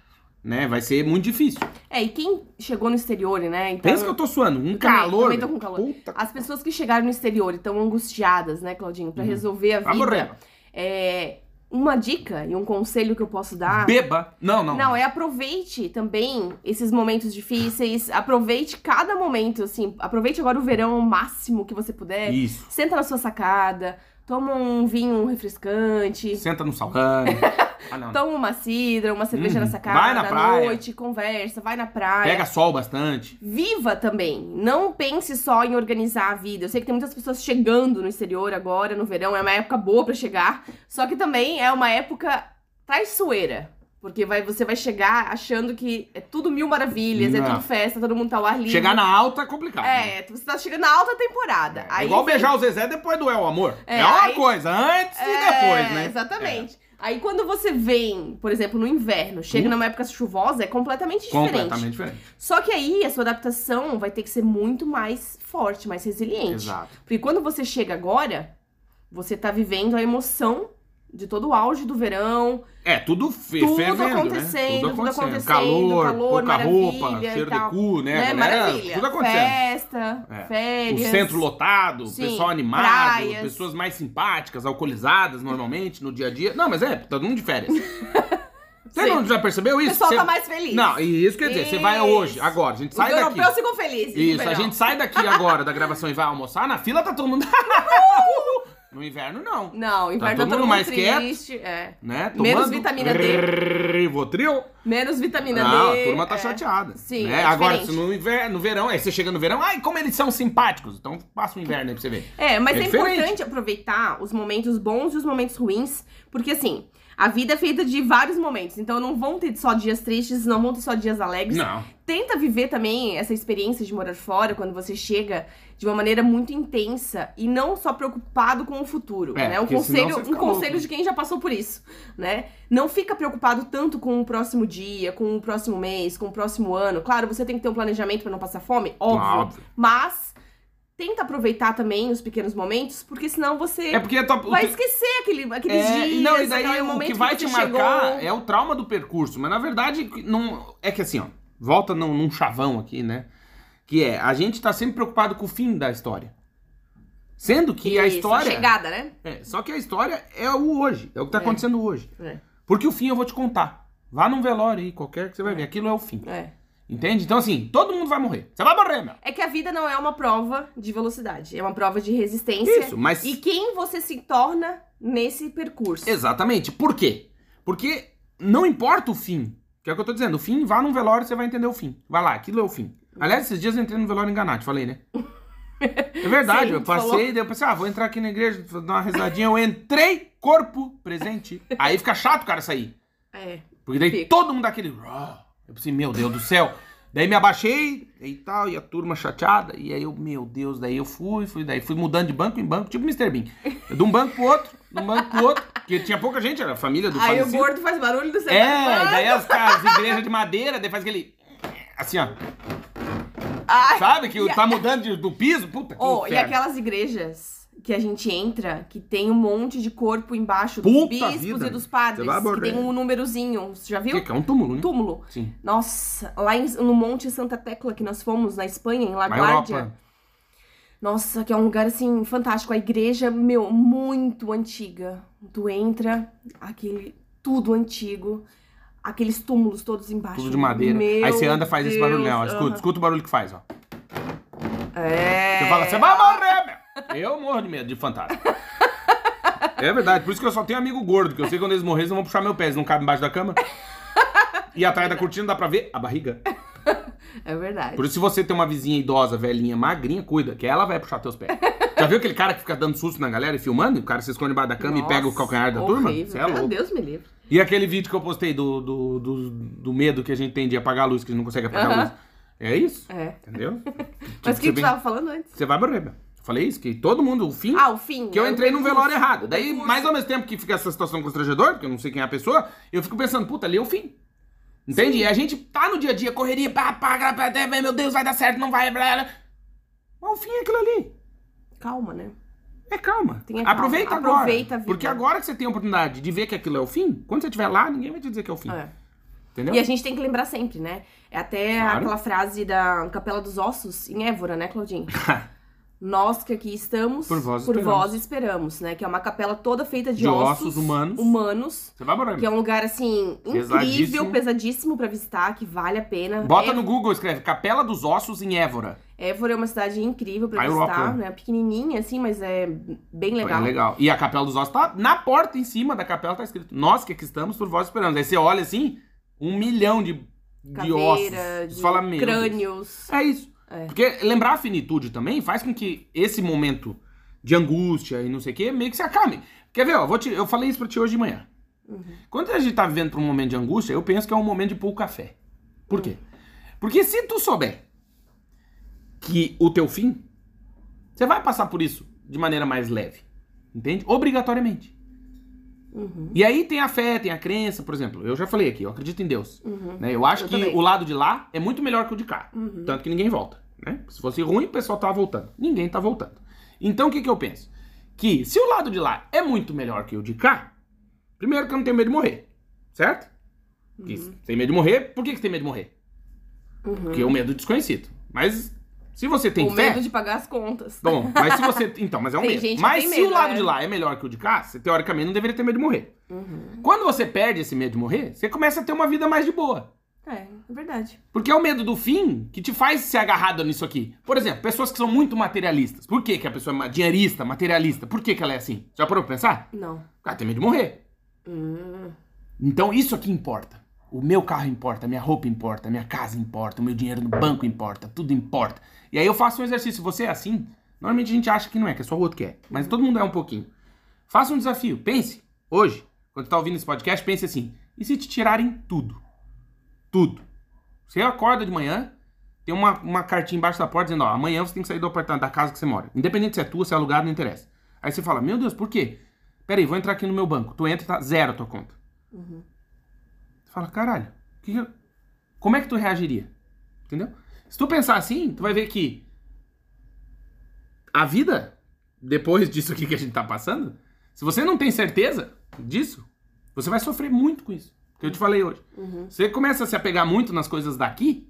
Speaker 1: Né? Vai ser muito difícil.
Speaker 3: É, e quem chegou no exterior, né? Então,
Speaker 1: Pensa que eu tô suando. Um
Speaker 3: Eu também-
Speaker 1: calor.
Speaker 3: também tô com
Speaker 1: velho.
Speaker 3: calor.
Speaker 1: Puta
Speaker 3: As pessoas que chegaram no exterior e estão angustiadas, né, Claudinho, pra resolver a
Speaker 1: Uhum. Vai
Speaker 3: vida.
Speaker 1: morrer.
Speaker 3: É, uma dica e um conselho que eu posso dar.
Speaker 1: Beba. Não, não.
Speaker 3: Ah. Não, é aproveite também esses momentos difíceis, aproveite cada momento, assim, aproveite agora o verão ao máximo que você puder.
Speaker 1: Isso.
Speaker 3: Senta na sua sacada, toma um vinho refrescante,
Speaker 1: Senta no salame. ah, não.
Speaker 3: toma uma cidra, uma cerveja
Speaker 1: Uhum.
Speaker 3: na sacada,
Speaker 1: Vai na
Speaker 3: à
Speaker 1: praia.
Speaker 3: noite, conversa, vai na praia.
Speaker 1: Pega sol bastante.
Speaker 3: Viva também. Não pense só em organizar a vida. Eu sei que tem muitas pessoas chegando no exterior agora, no verão. É uma época boa pra chegar. Só que também é uma época traiçoeira. Porque vai, você vai chegar achando que é tudo mil maravilhas, é
Speaker 1: Não.
Speaker 3: tudo festa, todo mundo tá ao ar livre.
Speaker 1: Chegar na alta é complicado. né?
Speaker 3: É, você tá chegando na alta temporada.
Speaker 1: É
Speaker 3: Aí
Speaker 1: igual
Speaker 3: você-
Speaker 1: beijar o Zezé depois do El Amor.
Speaker 3: É,
Speaker 1: É, uma
Speaker 3: aí-
Speaker 1: coisa, antes e
Speaker 3: É,
Speaker 1: depois, né?
Speaker 3: Exatamente. Aí quando você vem, por exemplo, no inverno, chega
Speaker 1: Hum.
Speaker 3: numa época chuvosa, é completamente
Speaker 1: É,
Speaker 3: diferente.
Speaker 1: completamente diferente.
Speaker 3: Só que aí a sua adaptação vai ter que ser muito mais forte, mais resiliente.
Speaker 1: Exato.
Speaker 3: Porque quando você chega agora, você tá vivendo a emoção de todo o auge do verão,
Speaker 1: É, tudo, fe
Speaker 3: Tudo
Speaker 1: fervendo, né?
Speaker 3: acontecendo, tudo acontecendo,
Speaker 1: Calor,
Speaker 3: calor,
Speaker 1: pouca roupa,
Speaker 3: maravilha e
Speaker 1: cheiro
Speaker 3: tal.
Speaker 1: de cu, né?
Speaker 3: né?
Speaker 1: Galera,
Speaker 3: Maravilha.
Speaker 1: Tudo acontecendo.
Speaker 3: Festa,
Speaker 1: É. O
Speaker 3: férias.
Speaker 1: centro lotado, o
Speaker 3: Sim,
Speaker 1: pessoal animado,
Speaker 3: praias.
Speaker 1: pessoas mais simpáticas, alcoolizadas normalmente no dia a dia. Não, mas é, todo mundo de férias. Você
Speaker 3: Sim.
Speaker 1: não já percebeu
Speaker 3: O
Speaker 1: isso?
Speaker 3: pessoal
Speaker 1: Você-
Speaker 3: tá mais feliz.
Speaker 1: Não, e isso quer dizer, você vai
Speaker 3: Isso.
Speaker 1: hoje, agora, a gente
Speaker 3: Os
Speaker 1: sai daqui.
Speaker 3: europeus ficam felizes. no
Speaker 1: Isso, a
Speaker 3: verão.
Speaker 1: gente sai daqui agora da gravação e vai almoçar, na fila tá todo mundo. no inverno não,
Speaker 3: Não, o inverno tá todo, mundo
Speaker 1: mais quieto.
Speaker 3: triste. É.
Speaker 1: né?
Speaker 3: Menos vitamina D.
Speaker 1: Rivotril.
Speaker 3: Menos vitamina
Speaker 1: Não,
Speaker 3: D.
Speaker 1: a turma tá
Speaker 3: é.
Speaker 1: chateada.
Speaker 3: Sim,
Speaker 1: né?
Speaker 3: é
Speaker 1: Agora,
Speaker 3: diferente.
Speaker 1: se no, inverno, no verão, aí você chega no verão, ai, como eles são simpáticos. Então passa o inverno aí pra você ver.
Speaker 3: É, mas
Speaker 1: É
Speaker 3: é,
Speaker 1: diferente.
Speaker 3: importante aproveitar os momentos bons e os momentos ruins, porque assim, a vida é feita de vários momentos, então não vão ter só dias tristes, não vão ter só dias alegres.
Speaker 1: Não.
Speaker 3: Tenta viver também essa experiência de morar fora quando você chega de uma maneira muito intensa e não só preocupado com o futuro,
Speaker 1: É,
Speaker 3: né? Um
Speaker 1: porque senão
Speaker 3: conselho,
Speaker 1: você
Speaker 3: um
Speaker 1: fica
Speaker 3: conselho
Speaker 1: louco.
Speaker 3: de quem já passou por isso, né? Não fica preocupado tanto com o próximo dia, com o próximo mês, com o próximo ano. Claro, você tem que ter um planejamento pra não passar fome, óbvio.
Speaker 1: Óbvio.
Speaker 3: Mas tenta aproveitar também os pecunos momentos, porque senão você
Speaker 1: É porque a tua, o
Speaker 3: vai
Speaker 1: teu-
Speaker 3: esquecer aquele, aqueles
Speaker 1: É,
Speaker 3: dias,
Speaker 1: não, e daí
Speaker 3: aquele
Speaker 1: o
Speaker 3: momento
Speaker 1: que vai
Speaker 3: você
Speaker 1: te marcar
Speaker 3: chegou.
Speaker 1: é o trauma do percurso. Mas na verdade, não, é que assim, ó, volta num, num chavão aqui, né? Que é, a gente tá sempre preocupado com o fim da história. Sendo que a
Speaker 3: Isso,
Speaker 1: história.
Speaker 3: chegada, né?
Speaker 1: É, só que a história é o hoje, é o que tá
Speaker 3: É.
Speaker 1: acontecendo hoje.
Speaker 3: É.
Speaker 1: Porque o fim eu vou te contar. Vá num velório aí, qualquer que você vai ver. Aquilo é o fim.
Speaker 3: É.
Speaker 1: Entende? Então, assim, todo mundo vai morrer. Você vai morrer, meu.
Speaker 3: É que a vida não é uma prova de velocidade, é uma prova de resistência.
Speaker 1: Isso, mas.
Speaker 3: E quem você se torna nesse percurso.
Speaker 1: Exatamente. Por quê? Porque não importa o fim. Que é o que eu tô dizendo. O fim, vá num velório, você vai entender o fim. Vai lá, aquilo é o fim. Aliás, esses dias eu entrei no velório enganado, te falei, né? É verdade,
Speaker 3: Sim,
Speaker 1: eu
Speaker 3: tu
Speaker 1: passei,
Speaker 3: falou.
Speaker 1: daí eu pensei, ah, vou entrar aqui na igreja, vou dar uma rezadinha. Eu entrei, corpo presente. Aí fica chato o cara sair.
Speaker 3: É.
Speaker 1: Porque daí
Speaker 3: Fica.
Speaker 1: todo mundo dá aquele. "Ró". Eu pensei, meu Deus do céu. Daí me abaixei e tal, e a turma chateada. E aí eu, meu Deus, daí eu fui, fui, daí fui mudando de banco em banco, tipo Mr. Bean. Eu de um banco pro outro, de um banco pro outro, porque tinha pouca gente, era a família do
Speaker 3: Aí o
Speaker 1: falecido.
Speaker 3: gordo faz barulho do céu.
Speaker 1: É, daí as, as igrejas de madeira, daí faz aquele. Assim, ó.
Speaker 3: Ai,
Speaker 1: Sabe que
Speaker 3: e a-
Speaker 1: tá mudando de- do piso? Puta que
Speaker 3: Oh, e
Speaker 1: inferno.
Speaker 3: aquelas igrejas que a gente entra, que tem um monte de corpo embaixo dos
Speaker 1: Puta
Speaker 3: bispos
Speaker 1: vida.
Speaker 3: e dos padres,
Speaker 1: Você vai
Speaker 3: que
Speaker 1: morrer.
Speaker 3: tem um númerozinho, você já viu?
Speaker 1: Que é um túmulo, né?
Speaker 3: Túmulo.
Speaker 1: Sim.
Speaker 3: Nossa, lá em- no Monte Santa Tecla que nós fomos, na Espanha, em La
Speaker 1: Na
Speaker 3: Guardia.
Speaker 1: Europa.
Speaker 3: Nossa, que é um lugar assim fantástico. A igreja, meu, muito antiga. Tu entra, aquele tudo antigo, aqueles túmulos todos embaixo.
Speaker 1: Tudo de madeira.
Speaker 3: Meu
Speaker 1: aí você anda e faz esse
Speaker 3: Deus,
Speaker 1: barulhão. ó.
Speaker 3: aham.
Speaker 1: Escuta, escuta o barulho que faz, ó.
Speaker 3: É.
Speaker 1: Você fala, você vai morrer, meu. Eu morro de medo de fantasma. É verdade, por isso que eu só tenho amigo gordo, que eu sei que quando eles morrerem, eles vão puxar meu pé, eles não cabem embaixo da cama. E atrás da cortina dá pra ver a barriga.
Speaker 3: É verdade.
Speaker 1: Por isso, se você tem uma vizinha idosa, velhinha, magrinha, cuida, que ela vai puxar teus pés. Já viu aquele cara que fica dando susto na galera e filmando? E o cara se esconde embaixo da cama e pega o
Speaker 3: Nossa,
Speaker 1: um calcanhar da turma?
Speaker 3: horrível.
Speaker 1: Você é
Speaker 3: Meu
Speaker 1: louco.
Speaker 3: Deus me livre.
Speaker 1: E aquele vídeo que eu postei do, do, do, do medo que a gente tem de apagar a luz, que a gente não consegue apagar a
Speaker 3: Aham.
Speaker 1: luz. É isso?
Speaker 3: É.
Speaker 1: Entendeu? Tipo,
Speaker 3: Mas o que
Speaker 1: você,
Speaker 3: tu tava falando antes?
Speaker 1: você vai morrer, meu. Eu falei isso, que todo mundo, o fim.
Speaker 3: Ah, o fim.
Speaker 1: que eu
Speaker 3: é o
Speaker 1: entrei num
Speaker 3: percurso. É
Speaker 1: velório errado. Daí,
Speaker 3: percurso.
Speaker 1: mais ao mesmo tempo que fica essa situação constrangedora, porque eu não sei quem é a pessoa, eu fico pensando, puta, ali é o fim. Entende? E a gente tá no dia a dia, correria, pá, pá, pá, pá, pá, meu Deus, vai dar certo, não vai, blá, blá. Mas o fim é aquilo ali.
Speaker 3: Calma, né?
Speaker 1: É calma.
Speaker 3: Tenha calma.
Speaker 1: Aproveita agora.
Speaker 3: Aproveita a vida.
Speaker 1: Porque agora que você tem a oportunidade de ver que aquilo é o fim, quando você estiver lá, ninguém vai te dizer que é o fim.
Speaker 3: É.
Speaker 1: Entendeu?
Speaker 3: E a gente tem que lembrar sempre, né? É até
Speaker 1: Claro.
Speaker 3: aquela frase da Capela dos Ossos em Évora, né, Claudinho? Nós que aqui estamos,
Speaker 1: Por vós esperamos.
Speaker 3: vós esperamos, né? Que é uma capela toda feita de,
Speaker 1: De ossos humanos.
Speaker 3: humanos,
Speaker 1: Você vai morar.
Speaker 3: que é um lugar, assim, incrível,
Speaker 1: Pesadíssimo.
Speaker 3: pesadíssimo pra visitar, que vale a pena.
Speaker 1: Bota
Speaker 3: É-
Speaker 1: no Google, escreve Capela dos Ossos em Évora.
Speaker 3: Évora é uma cidade incrível pra
Speaker 1: A
Speaker 3: visitar,
Speaker 1: Europa.
Speaker 3: né? Pequenininha, assim, mas é bem legal.
Speaker 1: É legal. E a Capela dos Ossos tá na porta, em cima da capela tá escrito Nós que aqui estamos por vós esperamos. Aí você olha assim, um milhão de, de ossos.
Speaker 3: Caveira, de
Speaker 1: Você fala, "Meu Deus."
Speaker 3: crânios.
Speaker 1: É isso.
Speaker 3: É.
Speaker 1: Porque lembrar a finitude também faz com que esse momento de angústia e não sei o quê meio que se acalme. Quer ver, ó, vou te- eu falei isso pra ti hoje de manhã. Quando a gente tá vivendo por um momento de angústia, eu penso que é um momento de pôr o café. Por quê? Porque se tu souber que o teu fim, você vai passar por isso de maneira mais leve. Entende? Obrigatoriamente. E aí tem a fé, tem a crença, por exemplo. Eu já falei aqui, eu acredito em Deus.
Speaker 3: Uhum.
Speaker 1: né? Eu acho
Speaker 3: Eu
Speaker 1: que
Speaker 3: também. Uhum.
Speaker 1: o lado de lá é muito melhor que o de cá. Tanto que ninguém volta. né? Se fosse ruim, o pessoal tava voltando. Ninguém tá voltando. Então o que, que eu penso? Que se o lado de lá é muito melhor que o de cá, primeiro que eu não tenho medo de morrer. Certo? Porque
Speaker 3: Uhum.
Speaker 1: se tem medo de morrer, por que, que você tem medo de morrer? Porque é o medo desconhecido. Mas se você tem
Speaker 3: o
Speaker 1: fé.
Speaker 3: medo de pagar as contas.
Speaker 1: Bom, mas se você. Então, mas é um
Speaker 3: Tem gente
Speaker 1: medo.
Speaker 3: que
Speaker 1: Mas
Speaker 3: tem
Speaker 1: se
Speaker 3: medo,
Speaker 1: o lado
Speaker 3: né?
Speaker 1: de lá é melhor que o de cá, você teoricamente não deveria ter medo de morrer.
Speaker 3: Uhum.
Speaker 1: Quando você perde esse medo de morrer, você começa a ter uma vida mais de boa.
Speaker 3: É, é verdade.
Speaker 1: Porque é o medo do fim que te faz ser agarrado nisso aqui. Por exemplo, pessoas que são muito materialistas. Por que, que a pessoa é ma- dinheirista, materialista? Por que, que ela é assim? Já parou pra pensar?
Speaker 3: Não.
Speaker 1: Ah, tem medo de morrer.
Speaker 3: Hum.
Speaker 1: Então isso aqui importa. O meu carro importa, a minha roupa importa, a minha casa importa, o meu dinheiro no banco importa, tudo importa. E aí eu faço um exercício. Você é assim? Normalmente a gente acha que não é, que é só o outro que é. Mas todo mundo é um pouquinho. Faça um desafio. Pense, hoje, quando tá ouvindo esse podcast, pense assim. E se te tirarem tudo? Tudo. Você acorda de manhã, tem uma, uma cartinha embaixo da porta dizendo, ó, amanhã você tem que sair do apartamento, da casa que você mora. Independente se é tua, se é alugado, não interessa. Aí você fala, meu Deus, por quê? Peraí, vou entrar aqui no meu banco. Tu entra, tá zero a tua conta. Você fala, caralho, que que eu- como é que tu reagiria? Entendeu? Se tu pensar assim, tu vai ver que a vida, depois disso aqui que a gente tá passando, se você não tem certeza disso, você vai sofrer muito com isso. Que eu te falei hoje. Você começa a se apegar muito nas coisas daqui,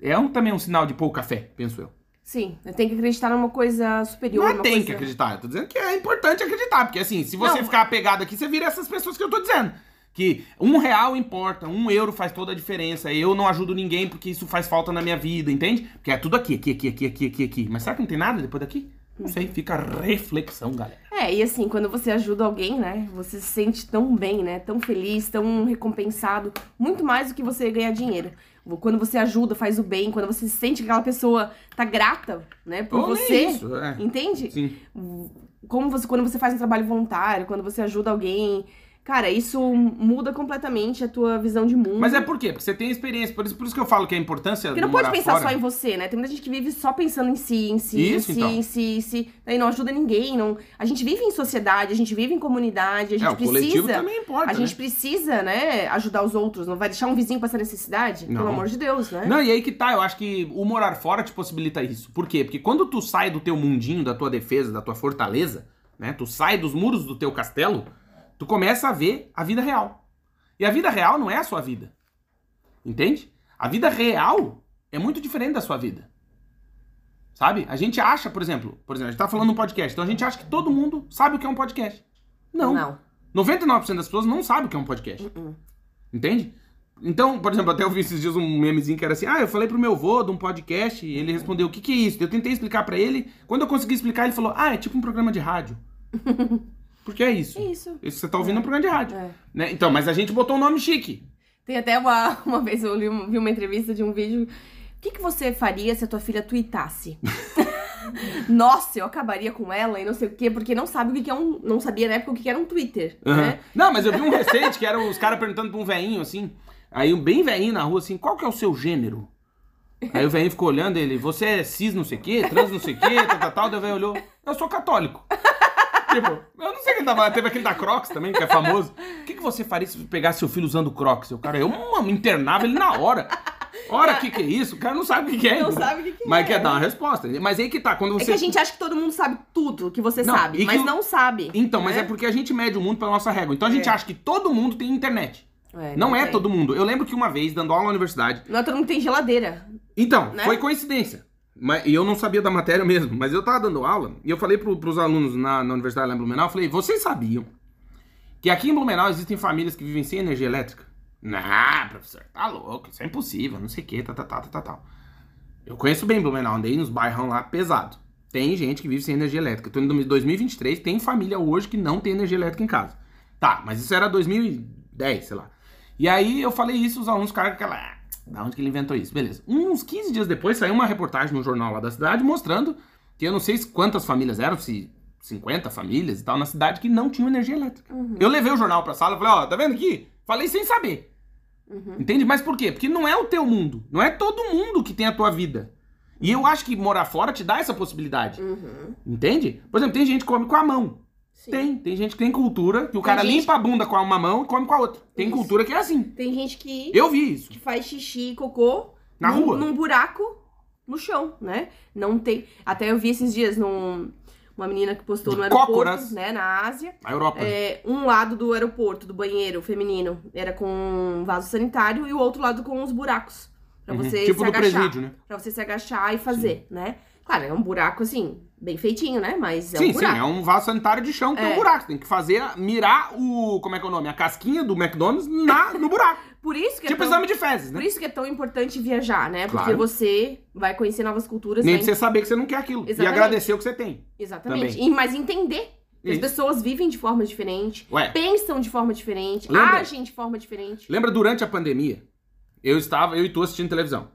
Speaker 1: é um, também um sinal de pouca fé, penso eu.
Speaker 3: Sim, eu tenho que acreditar numa coisa superior.
Speaker 1: Não é
Speaker 3: uma
Speaker 1: tem
Speaker 3: coisa...
Speaker 1: que acreditar. Eu tô dizendo que é importante acreditar. Porque assim, se você
Speaker 3: Não.
Speaker 1: ficar apegado aqui, você vira essas pessoas que eu tô dizendo. Que um real importa, um euro faz toda a diferença. Eu não ajudo ninguém porque isso faz falta na minha vida, entende? Porque é tudo aqui, aqui, aqui, aqui, aqui, aqui, aqui. Mas será que não tem nada depois daqui? Não sei, fica a reflexão, galera.
Speaker 3: É, e assim, quando você ajuda alguém, né? Você se sente tão bem, né? Tão feliz, tão recompensado. Muito mais do que você ganhar dinheiro. Quando você ajuda, faz o bem, quando você se sente que aquela pessoa tá grata, né? Por
Speaker 1: Ou nem
Speaker 3: você.
Speaker 1: isso, é.
Speaker 3: Entende?
Speaker 1: Sim.
Speaker 3: Como você, quando você faz um trabalho voluntário, quando você ajuda alguém, Cara, isso muda completamente a tua visão de mundo.
Speaker 1: Mas é por quê? Porque você tem experiência. Por isso, por isso que eu falo que a importância.
Speaker 3: Porque
Speaker 1: do
Speaker 3: não pode
Speaker 1: morar
Speaker 3: pensar
Speaker 1: fora-
Speaker 3: só em você, né? Tem muita gente que vive só pensando em si, em si,
Speaker 1: Isso,
Speaker 3: em si,
Speaker 1: então.
Speaker 3: em si, em si. Daí não ajuda ninguém. Não... A gente vive em sociedade, a gente vive em comunidade, a gente
Speaker 1: É, o coletivo
Speaker 3: precisa.
Speaker 1: também importa.
Speaker 3: A gente
Speaker 1: né?
Speaker 3: precisa, né, ajudar os outros. Não vai deixar um vizinho passar necessidade?
Speaker 1: Não.
Speaker 3: Pelo amor de Deus, né?
Speaker 1: Não, e aí que tá, eu acho que o morar fora te possibilita isso. Por quê? Porque quando tu sai do teu mundinho, da tua defesa, da tua fortaleza, né? Tu sai dos muros do teu castelo, tu começa a ver a vida real. E a vida real não é a sua vida. Entende? A vida real é muito diferente da sua vida. Sabe? A gente acha, por exemplo, por exemplo, a gente tá falando um podcast, então a gente acha que todo mundo sabe o que é um podcast. Não. 99% das pessoas não sabe o que é um podcast.
Speaker 3: Uh-uh.
Speaker 1: Entende? Então, por exemplo, até eu vi esses dias um memezinho que era assim: ah, eu falei pro meu vô de um podcast e ele
Speaker 3: Uhum.
Speaker 1: respondeu: o que, que é isso? Eu tentei explicar pra ele. Quando eu consegui explicar, ele falou: ah, é tipo um programa de rádio. Porque é isso.
Speaker 3: É isso.
Speaker 1: Isso que você tá ouvindo é um programa de rádio.
Speaker 3: É.
Speaker 1: Né? Então, mas a gente botou um nome chique.
Speaker 3: Tem até uma, uma vez eu li um- vi uma entrevista de um vídeo. O que, que você faria se a tua filha tweetasse? Nossa, eu acabaria com ela e não sei o quê, porque não sabe o que que é um. Não sabia na época o que que era um Twitter, né?
Speaker 1: Não, mas eu vi um recente que era os caras perguntando pra um veinho assim. Aí um bem veinho na rua assim, qual que é o seu gênero? Aí o veinho ficou olhando ele, você é cis não sei o quê, trans não sei o quê, tal, tal, tal. Daí o velho olhou, eu sou católico. tipo, eu não sei o que ele tava, teve aquele da Crocs também, que é famoso. O que, que você faria se pegasse seu filho usando Crocs? O cara, eu mano, internava ele na hora. Ora, o que que é isso? O cara não sabe o que que é.
Speaker 3: Não
Speaker 1: ainda.
Speaker 3: sabe o que que
Speaker 1: Mas
Speaker 3: é.
Speaker 1: quer dar uma resposta. Mas aí que tá, quando você...
Speaker 3: É que a gente acha que todo mundo sabe tudo que você
Speaker 1: Não, e
Speaker 3: sabe,
Speaker 1: que
Speaker 3: mas
Speaker 1: o-
Speaker 3: não sabe.
Speaker 1: Então, mas
Speaker 3: né?
Speaker 1: é porque a gente mede o mundo pela nossa régua. Então a gente
Speaker 3: É.
Speaker 1: acha que todo mundo tem internet.
Speaker 3: É,
Speaker 1: Não é
Speaker 3: tem.
Speaker 1: todo mundo. Eu lembro que uma vez, dando aula na universidade.
Speaker 3: Não é todo mundo que tem geladeira.
Speaker 1: Então,
Speaker 3: Né?
Speaker 1: foi coincidência. Mas- E eu não sabia da matéria mesmo, mas eu tava dando aula e eu falei pro, pros alunos na, na universidade lá em Blumenau, eu falei, vocês sabiam que aqui em Blumenau existem famílias que vivem sem energia elétrica? Nah, professor, tá louco, isso é impossível, não sei o que, tá, tá, tá, tá, tá, tal. Eu conheço bem Blumenau, andei nos bairrão lá pesado. Tem gente que vive sem energia elétrica. Tô em 2023, tem família hoje que não tem energia elétrica em casa. Tá, mas isso era 2010, sei lá. E aí eu falei isso, os alunos ficaram com aquela. "Ah, Da onde que ele inventou isso? Beleza. Uns 15 dias depois saiu uma reportagem no jornal lá da cidade mostrando que eu não sei quantas famílias eram, se 50 famílias e tal, na cidade que não tinham energia elétrica.
Speaker 3: Uhum.
Speaker 1: Eu levei o jornal pra sala e falei, ó, tá vendo aqui? Falei sem saber.
Speaker 3: Uhum.
Speaker 1: Entende? Mas por quê? Porque não é o teu mundo. Não é todo mundo que tem a tua vida. E eu acho que morar fora te dá essa possibilidade.
Speaker 3: Uhum.
Speaker 1: Entende? Por exemplo, tem gente que come com a mão.
Speaker 3: Sim.
Speaker 1: Tem. Tem gente que tem cultura que o cara
Speaker 3: gente-
Speaker 1: limpa a bunda com uma mão e come com a outra. Tem
Speaker 3: Isso.
Speaker 1: cultura que é assim.
Speaker 3: Tem gente que,
Speaker 1: Eu vi isso.
Speaker 3: que faz xixi e cocô
Speaker 1: Na
Speaker 3: num,
Speaker 1: rua.
Speaker 3: num buraco no chão, né? Não tem. Até eu vi esses dias num, uma menina que postou
Speaker 1: De
Speaker 3: no aeroporto,
Speaker 1: cócoras. Ah.
Speaker 3: né, na Ásia.
Speaker 1: A Europa.
Speaker 3: É, um lado do aeroporto, do banheiro feminino, era com um vaso sanitário e o outro lado com uns buracos. Pra
Speaker 1: Uhum.
Speaker 3: você
Speaker 1: Tipo
Speaker 3: se
Speaker 1: do
Speaker 3: agachar.
Speaker 1: presídio, né?
Speaker 3: Pra você se agachar e fazer, né? Claro, é um buraco assim, bem feitinho, né? Mas é
Speaker 1: sim,
Speaker 3: um buraco.
Speaker 1: sim, é um vaso sanitário de chão que tem
Speaker 3: É.
Speaker 1: um buraco. Tem que fazer, a- mirar o. Como é que é o nome? A casquinha do McDonald's na, no buraco.
Speaker 3: Por isso que é
Speaker 1: tipo
Speaker 3: tão-
Speaker 1: exame de fezes,
Speaker 3: Por
Speaker 1: né?
Speaker 3: isso que é tão importante viajar, né? Porque
Speaker 1: Claro.
Speaker 3: você vai conhecer novas culturas.
Speaker 1: Nem
Speaker 3: vai-
Speaker 1: pra você saber que você não quer aquilo. E
Speaker 3: Exatamente.
Speaker 1: agradecer o que você tem.
Speaker 3: Exatamente. E- mas entender. que As
Speaker 1: Isso.
Speaker 3: pessoas vivem de forma diferente,
Speaker 1: Ué.
Speaker 3: pensam de forma diferente,
Speaker 1: Lembra?
Speaker 3: agem de forma diferente.
Speaker 1: Lembra durante a pandemia? Eu estava, eu e tu assistindo televisão.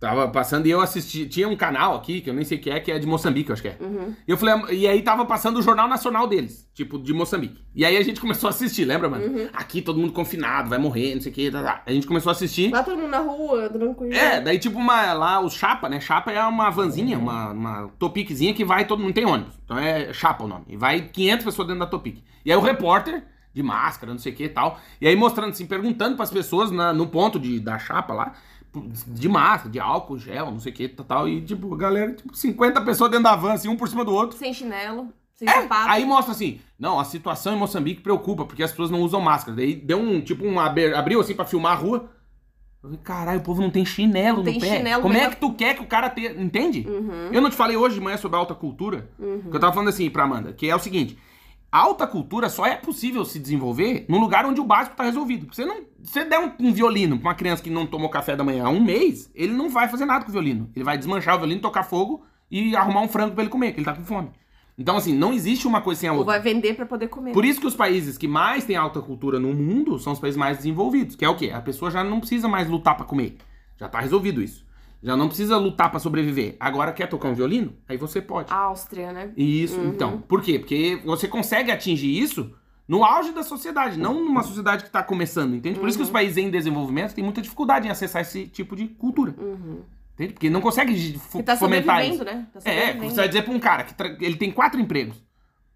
Speaker 1: Tava passando e eu assisti. Tinha um canal aqui, que eu nem sei o que é, que é de Moçambique, eu acho que é.
Speaker 3: Uhum.
Speaker 1: E eu falei, e aí tava passando o Jornal Nacional deles, tipo, de Moçambique. E aí a gente começou a assistir, lembra, mano? Aqui todo mundo confinado, vai morrer, não sei o que, tá, tá. A gente começou a assistir.
Speaker 3: Lá todo mundo na rua, tranquilo.
Speaker 1: É, daí tipo uma, lá o chapa, né? Chapa é uma vanzinha, uma, uma topiquezinha que vai todo mundo tem ônibus. Então é chapa o nome. E vai 500 pessoas dentro da topique. E aí o repórter de máscara, não sei o que e tal. E aí mostrando assim, perguntando pras pessoas na- no ponto de, da chapa lá, de máscara, de álcool, gel, não sei o que tal, tal. E tipo, a galera, tipo 50 pessoas dentro da van, assim, um por cima do outro.
Speaker 3: Sem chinelo, sem
Speaker 1: É,
Speaker 3: sapato.
Speaker 1: Aí mostra assim, não, a situação em Moçambique preocupa, porque as pessoas não usam máscara. Daí deu um, tipo, um aber- abriu assim pra filmar a rua. Eu falei, Caralho, o povo não tem chinelo
Speaker 3: Não
Speaker 1: no
Speaker 3: tem
Speaker 1: pé.
Speaker 3: chinelo,
Speaker 1: Como
Speaker 3: mas
Speaker 1: é
Speaker 3: não-
Speaker 1: que tu quer que o cara tenha, entende?
Speaker 3: Uhum.
Speaker 1: Eu não te falei hoje de manhã sobre a alta cultura? Que eu tava falando assim pra Amanda, que é o seguinte, a alta cultura só é possível se desenvolver num lugar onde o básico tá resolvido. Porque Você não, se você der um, um violino pra uma criança que não tomou café da manhã há um mês, ele não vai fazer nada com o violino. Ele vai desmanchar o violino, tocar fogo e arrumar um frango pra ele comer, que ele tá com fome. Então, assim, não existe uma coisa sem a
Speaker 3: Ou
Speaker 1: outra.
Speaker 3: vai vender pra poder comer.
Speaker 1: Por isso que os países que mais têm alta cultura no mundo são os países mais desenvolvidos, que é o quê? A pessoa já não precisa mais lutar pra comer. Já tá resolvido isso. Já não precisa lutar pra sobreviver. Agora quer tocar um violino? Aí você pode.
Speaker 3: A Áustria, né?
Speaker 1: Isso, então. Por quê? Porque você consegue atingir isso no auge da sociedade, não numa sociedade que está começando, entende? Por isso
Speaker 3: Uhum.
Speaker 1: que os países em desenvolvimento têm muita dificuldade em acessar esse tipo de cultura. Entende? Porque não consegue de fo-
Speaker 3: Uhum. Que tá
Speaker 1: fomentar
Speaker 3: sobrevivendo,
Speaker 1: isso.
Speaker 3: né? Tá
Speaker 1: É, é,
Speaker 3: sobrevivendo.
Speaker 1: você vai dizer pra um cara que tra- ele tem quatro empregos,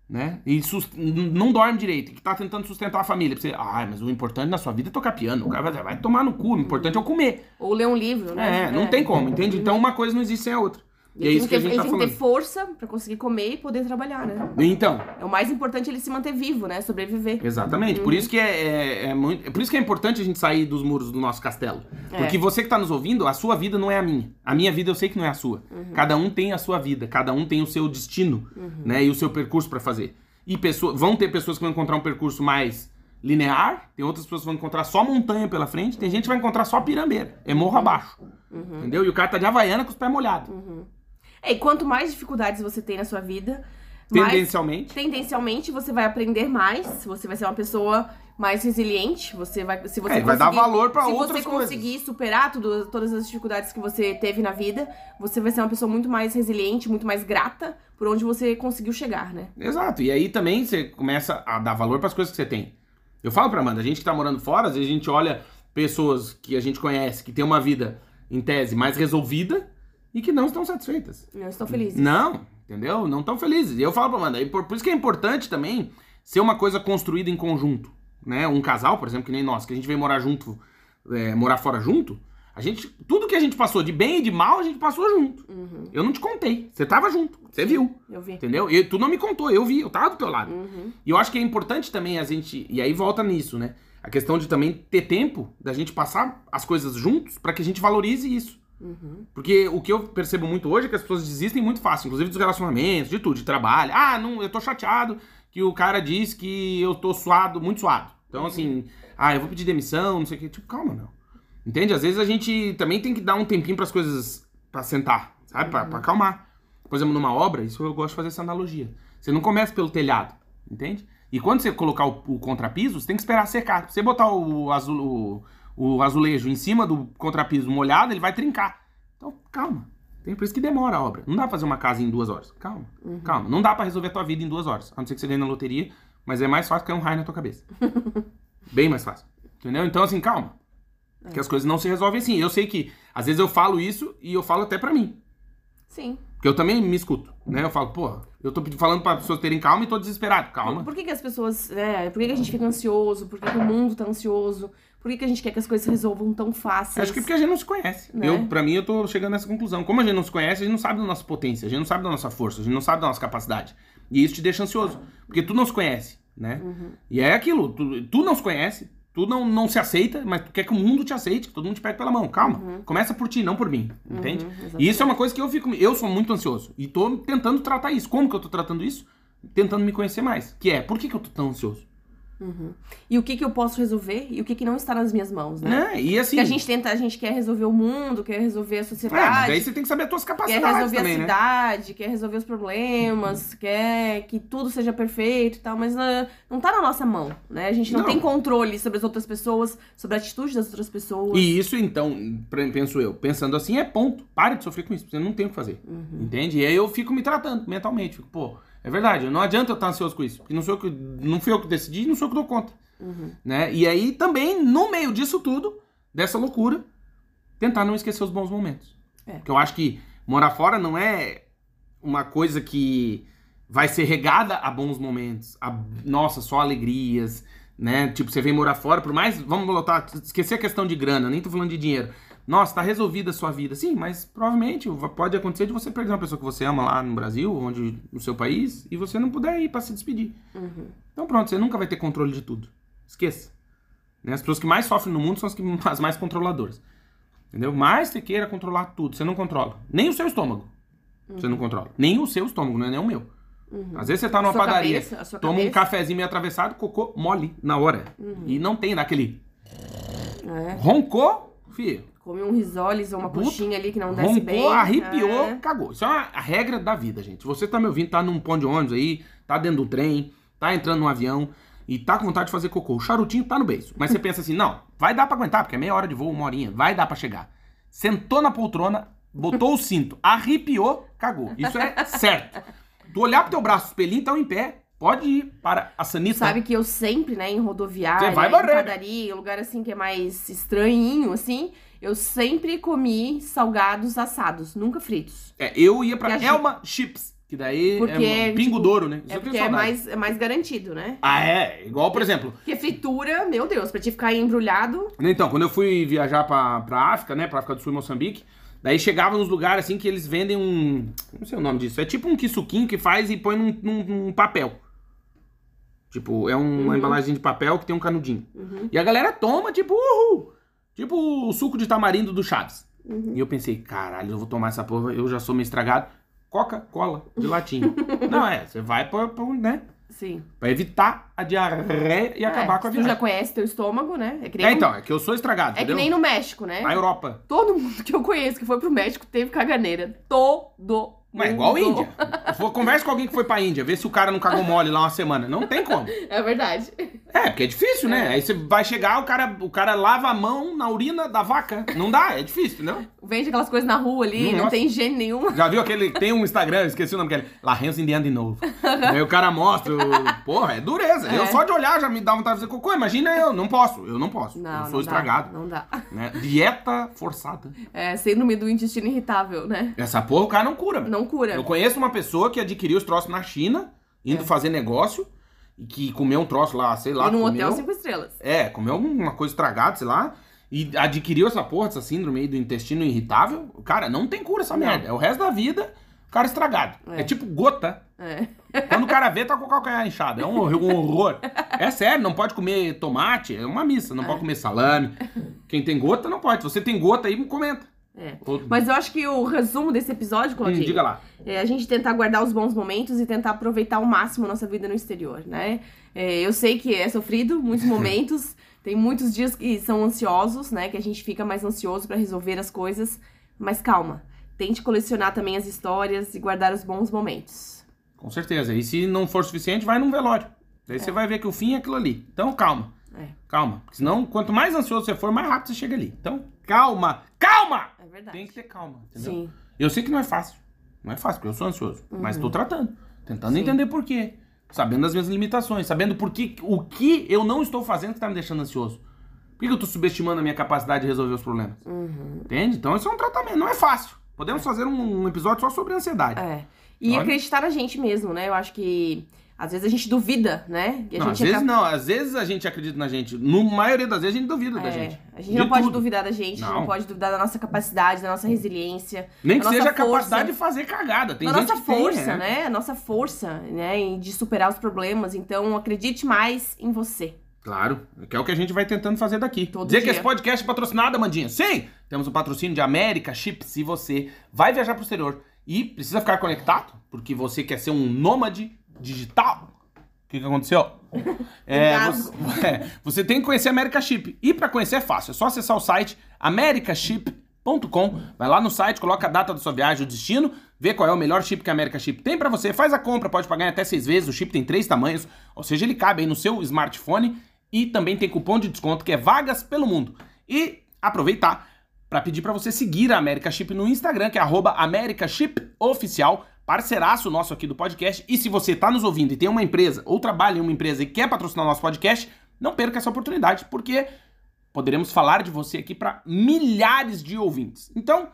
Speaker 1: né? E sus- n- não dorme direito, que tá tentando sustentar a família. Pra você, ah, mas o importante na sua vida é tocar piano. O cara vai, dizer, vai tomar no cu, o importante é eu comer.
Speaker 3: Ou ler um livro, né?
Speaker 1: É, não tem como, entende? Então uma coisa não existe sem a outra. E é
Speaker 3: Ele tem
Speaker 1: isso
Speaker 3: que
Speaker 1: que a
Speaker 3: ter,
Speaker 1: gente tá
Speaker 3: ele tem que ter
Speaker 1: falando.
Speaker 3: força pra conseguir comer e poder trabalhar, né?
Speaker 1: Então,
Speaker 3: É o mais importante ele se manter vivo, né? Sobreviver.
Speaker 1: Exatamente. Por isso que é, é- é muito. é Por isso que é importante a gente sair dos muros do nosso castelo.
Speaker 3: É.
Speaker 1: Porque você que tá nos ouvindo, a sua vida não é a minha. A minha vida eu sei que não é a sua. Cada um tem a sua vida, cada um tem o seu destino, né? E o seu percurso pra fazer. E pessoa, vão ter pessoas que vão encontrar um percurso mais linear, tem outras pessoas que vão encontrar só montanha pela frente, tem gente que vai encontrar só pirambeira. É morro abaixo. Entendeu? E o cara tá de Havaiana com os pés molhados.
Speaker 3: É, e quanto mais dificuldades você tem na sua vida, mais
Speaker 1: Tendencialmente.
Speaker 3: tendencialmente você vai aprender mais, você vai ser uma pessoa mais resiliente, você vai se você
Speaker 1: É, vai dar
Speaker 3: conseguir-
Speaker 1: valor pra
Speaker 3: se
Speaker 1: outras
Speaker 3: você
Speaker 1: coisas.
Speaker 3: conseguir superar tudo- todas as dificuldades que você teve na vida, você vai ser uma pessoa muito mais resiliente, muito mais grata por onde você conseguiu chegar, né?
Speaker 1: Exato. E aí também você começa a dar valor pras coisas que você tem. Eu falo pra Amanda, a gente que tá morando fora, às vezes a gente olha pessoas que a gente conhece, que tem uma vida, em tese, mais resolvida e que não estão satisfeitas.
Speaker 3: Não estou feliz.
Speaker 1: Não, entendeu? Não estão felizes. E eu falo pra Amanda, e por, por isso que é importante também ser uma coisa construída em conjunto. Né? Um casal, por exemplo, que nem nós, que a gente veio morar junto, é, morar fora junto, a gente, tudo que a gente passou de bem e de mal, a gente passou junto.
Speaker 3: Uhum,
Speaker 1: Eu não te contei, você tava junto, você viu.
Speaker 3: eu vi.
Speaker 1: Entendeu? E tu não me contou, eu vi, eu tava do teu lado.
Speaker 3: Uhum,
Speaker 1: E eu acho que é importante também a gente. E aí volta nisso, né? A questão de também ter tempo da gente passar as coisas juntos pra que a gente valorize isso.
Speaker 3: uhum.
Speaker 1: Porque o que eu percebo muito hoje é que as pessoas desistem muito fácil, inclusive dos relacionamentos, de tudo, de trabalho. Ah, não, eu tô chateado que o cara diz que eu tô suado, muito suado.
Speaker 3: Uhum.
Speaker 1: Então, assim, ah, eu vou pedir demissão, não sei o quê. Tipo, calma, não. Entende? Às vezes a gente também tem que dar um tempinho pras coisas pra sentar, sabe? Pra, pra acalmar. Por exemplo, numa obra, isso eu gosto de fazer essa analogia. Você não começa pelo telhado, entende? E quando você colocar o, o contrapiso, você tem que esperar secar. Se você botar o, azul, o, o azulejo em cima do contrapiso molhado, ele vai trincar. Então, calma. Tem por isso que demora a obra. Não dá pra fazer uma casa em duas horas. Calma, calma. Não dá pra resolver a tua vida em duas horas. A não ser que você ganhe na loteria, mas é mais fácil cair um raio na tua cabeça. Bem mais fácil. Entendeu? Então, assim, calma. Que as coisas não se resolvem assim. Eu sei que, às vezes, eu falo isso e eu falo até pra mim.
Speaker 3: Sim.
Speaker 1: Porque eu também me escuto, né? Eu falo, porra, eu tô pedi- falando pra pessoas terem calma e tô desesperado. Calma.
Speaker 3: Por que, que as pessoas. né, por que, que a gente fica ansioso? Por que, que o mundo tá ansioso? Por que, que a gente quer que as coisas se resolvam tão fáceis?
Speaker 1: Acho que é porque a gente não se conhece.
Speaker 3: Né?
Speaker 1: Eu, pra mim, eu tô chegando nessa conclusão. Como a gente não se conhece, a gente não sabe da nossa potência, a gente não sabe da nossa força, a gente não sabe da nossa capacidade. E isso te deixa ansioso. Porque tu não se conhece, né? E é aquilo, tu, tu não se conhece, tu não, não se aceita, mas tu quer que o mundo te aceite, que todo mundo te pegue pela mão. Calma. Começa por ti, não por mim.
Speaker 3: Uhum.
Speaker 1: Entende? e isso é uma coisa que eu fico. Eu sou muito ansioso. E tô tentando tratar isso. Como que eu tô tratando isso? Tentando me conhecer mais. Que é, por que, que eu tô tão ansioso?
Speaker 3: Uhum. E o que, que eu posso resolver e o que, que não está nas minhas mãos, né?
Speaker 1: Né? E assim.
Speaker 3: Porque a gente tenta, a gente quer resolver o mundo, quer resolver a
Speaker 1: é, mas
Speaker 3: sociedade,
Speaker 1: aí você tem que saber as tuas
Speaker 3: quer
Speaker 1: capacidades
Speaker 3: resolver
Speaker 1: também,
Speaker 3: a
Speaker 1: né? Uhum.
Speaker 3: cidade, quer resolver os problemas, quer que tudo seja perfeito e tal, mas ah, não tá na nossa mão, né? A gente não,
Speaker 1: Não.
Speaker 3: tem controle sobre as outras pessoas, sobre a atitude das outras pessoas.
Speaker 1: E isso, então, pre- penso eu, pensando assim, é ponto. Pare de sofrer com isso, você não tem o que fazer.
Speaker 3: Uhum.
Speaker 1: Entende? E aí eu fico me tratando mentalmente. Fico, pô, é verdade, não adianta eu estar ansioso com isso. Porque não, sou eu que, não fui eu que decidi e não sou eu que dou conta.
Speaker 3: Uhum.
Speaker 1: Né? E aí também, no meio disso tudo, dessa loucura, tentar não esquecer os bons momentos.
Speaker 3: É.
Speaker 1: Porque eu acho que morar fora não é uma coisa que vai ser regada a bons momentos. A, nossa, só alegrias, né? Tipo, você vem morar fora, por mais. Vamos botar. Esquecer a questão de grana, nem tô falando de dinheiro. Nossa, tá resolvida a sua vida. Sim, mas provavelmente pode acontecer de você perder uma pessoa que você ama lá no Brasil, onde no seu país, e você não puder ir pra se despedir.
Speaker 3: Uhum.
Speaker 1: Então pronto, você nunca vai ter controle de tudo. Esqueça. Né? As pessoas que mais sofrem no mundo são as, que, as mais controladoras. Entendeu? Mais você queira controlar tudo, você não controla. Nem o seu estômago. Você não controla. Nem o seu estômago, não é nem o meu. Às vezes você tá numa
Speaker 3: Sua
Speaker 1: padaria,
Speaker 3: cabeça, Uhum. a sua
Speaker 1: toma um
Speaker 3: cabeça. Uhum.
Speaker 1: cafezinho meio atravessado, cocô mole na hora. E não tem daquele.
Speaker 3: É,
Speaker 1: Roncou, filho.
Speaker 3: comer um risoles ou uma
Speaker 1: Puta,
Speaker 3: coxinha ali que não desce
Speaker 1: Roncou,
Speaker 3: bem.
Speaker 1: arrepiou,
Speaker 3: é.
Speaker 1: cagou. Isso é uma- a regra da vida, gente. Se Você tá me ouvindo, tá num pão de ônibus aí, tá dentro do trem, tá entrando num avião e tá com vontade de fazer cocô. O charutinho tá no beijo. Mas você pensa assim, não, vai dar pra aguentar, porque é meia hora de voo, uma horinha, vai dar pra chegar. Sentou na poltrona, botou o cinto, arrepiou, cagou. Isso é certo. Tu olhar pro teu braço, os pelinhos estão em pé, Pode ir para a Sanita.
Speaker 3: Sabe que eu sempre, né, em rodoviária,
Speaker 1: Tá. Você vai
Speaker 3: em
Speaker 1: morrer.
Speaker 3: padaria, em lugar assim que é mais estranhinho, assim, eu sempre comi salgados assados, nunca fritos.
Speaker 1: É, eu ia pra
Speaker 3: E a chi-
Speaker 1: Elma Chips, que daí
Speaker 3: Porque,
Speaker 1: é um pingo
Speaker 3: tipo,
Speaker 1: d'ouro, né? Isso
Speaker 3: é
Speaker 1: eu tenho
Speaker 3: porque é
Speaker 1: saudade.
Speaker 3: mais, é mais garantido, né?
Speaker 1: Ah, é. Igual, por exemplo,
Speaker 3: Porque fritura, meu Deus, pra te ficar aí embrulhado,
Speaker 1: Então, quando eu fui viajar pra, pra África, né? Pra África do Sul e Moçambique, daí chegava nos lugares assim que eles vendem um. Não sei o nome disso. É tipo um quissuquinho que faz e põe num, num- num papel. Tipo, é um-
Speaker 3: Uhum.
Speaker 1: uma embalagem de papel que tem um canudinho. E a galera toma, tipo, uhul! Tipo o suco de tamarindo do Chaves.
Speaker 3: Uhum.
Speaker 1: E eu pensei, caralho, eu vou tomar essa porra, eu já sou meio estragado. Coca-Cola de latinha. Não, é, você vai pra, pra, né,
Speaker 3: sim.
Speaker 1: pra evitar a diarreia e acabar
Speaker 3: É,
Speaker 1: com a
Speaker 3: se Tu já
Speaker 1: viagem.
Speaker 3: conhece teu estômago, né? É, que nem
Speaker 1: É,
Speaker 3: no-
Speaker 1: então, é que eu sou estragado,
Speaker 3: é que
Speaker 1: entendeu?
Speaker 3: nem no México, né?
Speaker 1: A Europa.
Speaker 3: Todo mundo que eu conheço que foi pro México teve caganeira. Todo
Speaker 1: Mas é
Speaker 3: mundo.
Speaker 1: igual Índia. Vou- Conversa com alguém que foi pra Índia, vê se o cara não cagou mole lá uma semana. Não tem como.
Speaker 3: É verdade.
Speaker 1: É, porque é difícil, né? Aí você vai chegar, o cara, o cara lava a mão na urina da vaca. Não dá, é difícil, não?
Speaker 3: Vende aquelas coisas na rua ali, não
Speaker 1: Nossa.
Speaker 3: tem higiene nenhuma.
Speaker 1: Já viu aquele. Tem um Instagram, eu esqueci o nome dele. Larrenzo Indiana de novo. Aí o cara mostra. o- Porra, é dureza. Eu
Speaker 3: É.
Speaker 1: só de olhar já me dá vontade de fazer cocô. Imagina eu, não posso. Eu não posso.
Speaker 3: Não,
Speaker 1: eu
Speaker 3: não
Speaker 1: sou
Speaker 3: dá,
Speaker 1: estragado.
Speaker 3: Não dá.
Speaker 1: né? Dieta forçada.
Speaker 3: É, síndrome do intestino irritável, né?
Speaker 1: Essa porra o cara não cura. meu.
Speaker 3: Não cura.
Speaker 1: Eu conheço uma pessoa que adquiriu os troços na China, indo fazer negócio, e que comeu um troço lá, sei lá,
Speaker 3: É. e num
Speaker 1: comeu.
Speaker 3: hotel assim. cinco estrelas.
Speaker 1: É, comeu uma coisa estragada, sei lá, e adquiriu essa porra, essa síndrome aí do intestino irritável. Cara, não tem cura essa
Speaker 3: Não.
Speaker 1: merda. É o resto da vida, o cara estragado. É,
Speaker 3: É.
Speaker 1: tipo gota.
Speaker 3: É.
Speaker 1: Quando o cara vê, tá com o calcanhar inchado. É um, um horror. É sério, não pode comer tomate, é uma missa. Não pode comer salame. Quem tem gota, não pode. Se você tem gota aí, comenta.
Speaker 3: é.
Speaker 1: Ou-
Speaker 3: Mas eu acho que o resumo desse episódio,
Speaker 1: Hum,
Speaker 3: Claudinho,
Speaker 1: diga lá.
Speaker 3: é a gente tentar guardar os bons momentos e tentar aproveitar ao máximo a nossa vida no exterior, né? É, eu sei que é sofrido, muitos momentos, tem muitos dias que são ansiosos, né? Que a gente fica mais ansioso pra resolver as coisas, mas calma. Tente colecionar também as histórias e guardar os bons momentos.
Speaker 1: Com certeza. E se não for suficiente, vai num velório. Daí você vai ver que o fim é aquilo ali. Então calma,
Speaker 3: É,
Speaker 1: calma. Porque senão, quanto mais ansioso você for, mais rápido você chega ali. Então, calma, calma!
Speaker 3: é verdade.
Speaker 1: Tem que ter calma, entendeu?
Speaker 3: Sim.
Speaker 1: Eu sei que não é fácil. Não é fácil, porque eu sou ansioso. Mas tô tratando. Tentando
Speaker 3: Sim.
Speaker 1: entender por quê. Sabendo das minhas limitações. Sabendo por que, o que eu não estou fazendo que tá me deixando ansioso. Por que que eu tô subestimando a minha capacidade de resolver os problemas? Entende? Então, isso é um tratamento. Não é fácil. Podemos fazer um, um episódio só sobre ansiedade.
Speaker 3: É. E
Speaker 1: Olha.
Speaker 3: acreditar na gente mesmo, né? Eu acho que às vezes a gente duvida, né? E a
Speaker 1: Não,
Speaker 3: gente
Speaker 1: às vezes
Speaker 3: acaba-
Speaker 1: não, às vezes a gente acredita na gente. No maioria das vezes a gente duvida da
Speaker 3: É,
Speaker 1: gente.
Speaker 3: A gente
Speaker 1: De
Speaker 3: não pode
Speaker 1: tudo.
Speaker 3: duvidar da gente, não.
Speaker 1: Não.
Speaker 3: pode duvidar da nossa capacidade, da nossa resiliência,
Speaker 1: Nem
Speaker 3: da
Speaker 1: que
Speaker 3: nossa
Speaker 1: seja a
Speaker 3: força.
Speaker 1: capacidade de fazer cagada. Tem
Speaker 3: da
Speaker 1: gente
Speaker 3: nossa
Speaker 1: que tem,
Speaker 3: força,
Speaker 1: é.
Speaker 3: né? A nossa força, né? em- De superar os problemas. Então, acredite mais em você.
Speaker 1: Claro, que é o que a gente vai tentando fazer daqui.
Speaker 3: Todo
Speaker 1: Dizer que
Speaker 3: dia.
Speaker 1: esse podcast é patrocinado, Amandinha. Sim! Temos o patrocínio de América Chips. Se você vai viajar pro exterior e precisa ficar conectado, porque você quer ser um nômade digital. O que, que aconteceu? É,
Speaker 3: Engasgo.
Speaker 1: você, é, você tem que conhecer a América Chip. E pra conhecer é fácil, é só acessar o site americaship.com. Vai lá no site, coloca a data da sua viagem, o destino, vê qual é o melhor chip que a América Chip tem pra você, faz a compra, pode pagar em até seis vezes, o chip tem três tamanhos, ou seja, ele cabe aí no seu smartphone e também tem cupom de desconto que é vagas pelo mundo. E aproveitar para pedir pra você seguir a América Chip no Instagram, que é arroba América Chip Oficial, parceiraço nosso aqui do podcast. E se você tá nos ouvindo e tem uma empresa ou trabalha em uma empresa e quer patrocinar o nosso podcast, não perca essa oportunidade, porque poderemos falar de você aqui para milhares de ouvintes. Então,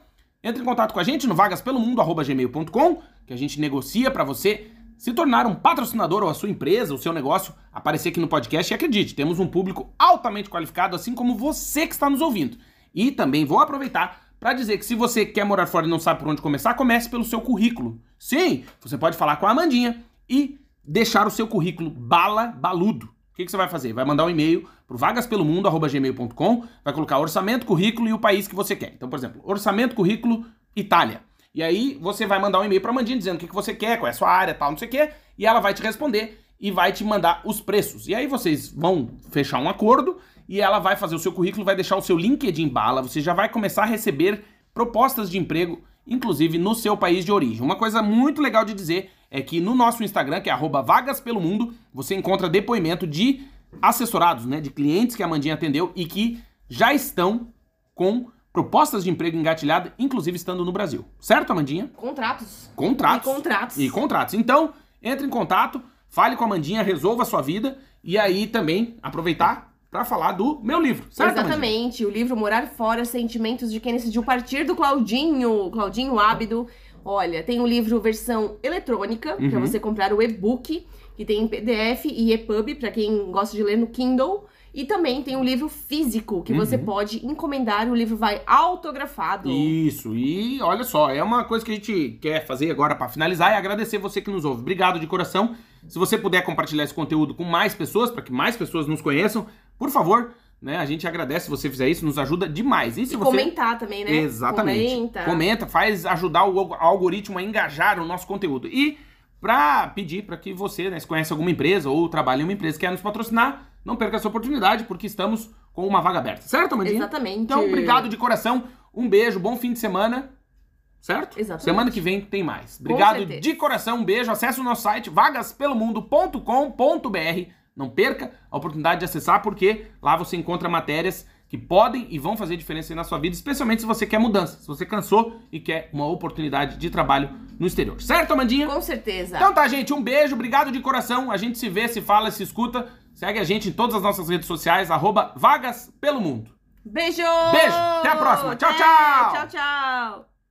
Speaker 1: entre em contato com a gente no vagaspelomundo@gmail.com, que a gente negocia para você se tornar um patrocinador ou a sua empresa, o seu negócio aparecer aqui no podcast. E acredite, temos um público altamente qualificado, assim como você que está nos ouvindo. E também vou aproveitar para dizer que se você quer morar fora e não sabe por onde começar, comece pelo seu currículo. Sim, você pode falar com a Amandinha e deixar o seu currículo bala baludo. O que, que você vai fazer? Vai mandar um e-mail pro vagaspelomundo.gmail.com, vai colocar orçamento, currículo e o país que você quer. Então, por exemplo, orçamento, currículo, Itália. E aí você vai mandar um e-mail pra Mandinha dizendo o que, que você quer, qual é a sua área, tal, não sei o quê, e ela vai te responder e vai te mandar os preços. E aí vocês vão fechar um acordo e ela vai fazer o seu currículo, vai deixar o seu LinkedIn bala, você já vai começar a receber propostas de emprego, inclusive no seu país de origem. Uma coisa muito legal de dizer é que no nosso Instagram, que é arroba vagas pelo mundo, você encontra depoimento de assessorados, né, de clientes que a Mandinha atendeu e que já estão com propostas de emprego engatilhada, inclusive estando no Brasil. Certo, Amandinha?
Speaker 3: Contratos.
Speaker 1: Contratos.
Speaker 3: E contratos.
Speaker 1: E contratos. Então, entre em contato, Fale com a Mandinha, resolva a sua vida. E aí também aproveitar pra falar do meu livro, certo? Amandinha?
Speaker 3: Exatamente. O livro Morar Fora, Sentimentos de Quem Decidiu Partir, do Claudinho. Claudinho Ábido. Olha, tem o livro versão eletrônica, pra
Speaker 1: Uhum.
Speaker 3: você comprar o e-book, que tem em PDF e EPUB, pra quem gosta de ler no Kindle. E também tem o livro físico, que você pode encomendar. O livro vai autografado.
Speaker 1: Isso, Uhum. e olha só, é uma coisa que a gente quer fazer agora pra finalizar e agradecer você que nos ouve. Obrigado de coração. Se você puder compartilhar esse conteúdo com mais pessoas, pra que mais pessoas nos conheçam, por favor, né? A gente agradece se você fizer isso, nos ajuda demais. E se
Speaker 3: E
Speaker 1: você
Speaker 3: comentar também, né?
Speaker 1: Exatamente.
Speaker 3: Comenta.
Speaker 1: faz ajudar o alg- algoritmo a engajar o nosso conteúdo. E pra pedir pra que você, né, se conhece alguma empresa ou trabalha em uma empresa que quer nos patrocinar, não perca essa oportunidade, porque estamos com uma vaga aberta. Certo, Amandinha?
Speaker 3: Exatamente.
Speaker 1: Então, obrigado de coração. Um beijo, bom fim de semana. Certo?
Speaker 3: Exatamente.
Speaker 1: Semana que vem tem mais. Obrigado
Speaker 3: certeza.
Speaker 1: de coração, um beijo. Acesse o nosso site vagaspelomundo.com.br. Não perca a oportunidade de acessar, porque lá você encontra matérias que podem e vão fazer diferença na sua vida, especialmente se você quer mudança, se você cansou e quer uma oportunidade de trabalho no exterior. Certo, Amandinha?
Speaker 3: Com certeza.
Speaker 1: Então tá, gente, um beijo, obrigado de coração. A gente se vê, se fala, se escuta. Segue a gente em todas as nossas redes sociais, arroba Vagas Pelo Mundo.
Speaker 3: Beijo!
Speaker 1: Beijo, até a próxima. Tchau,
Speaker 3: Até,
Speaker 1: tchau.
Speaker 3: Tchau, tchau.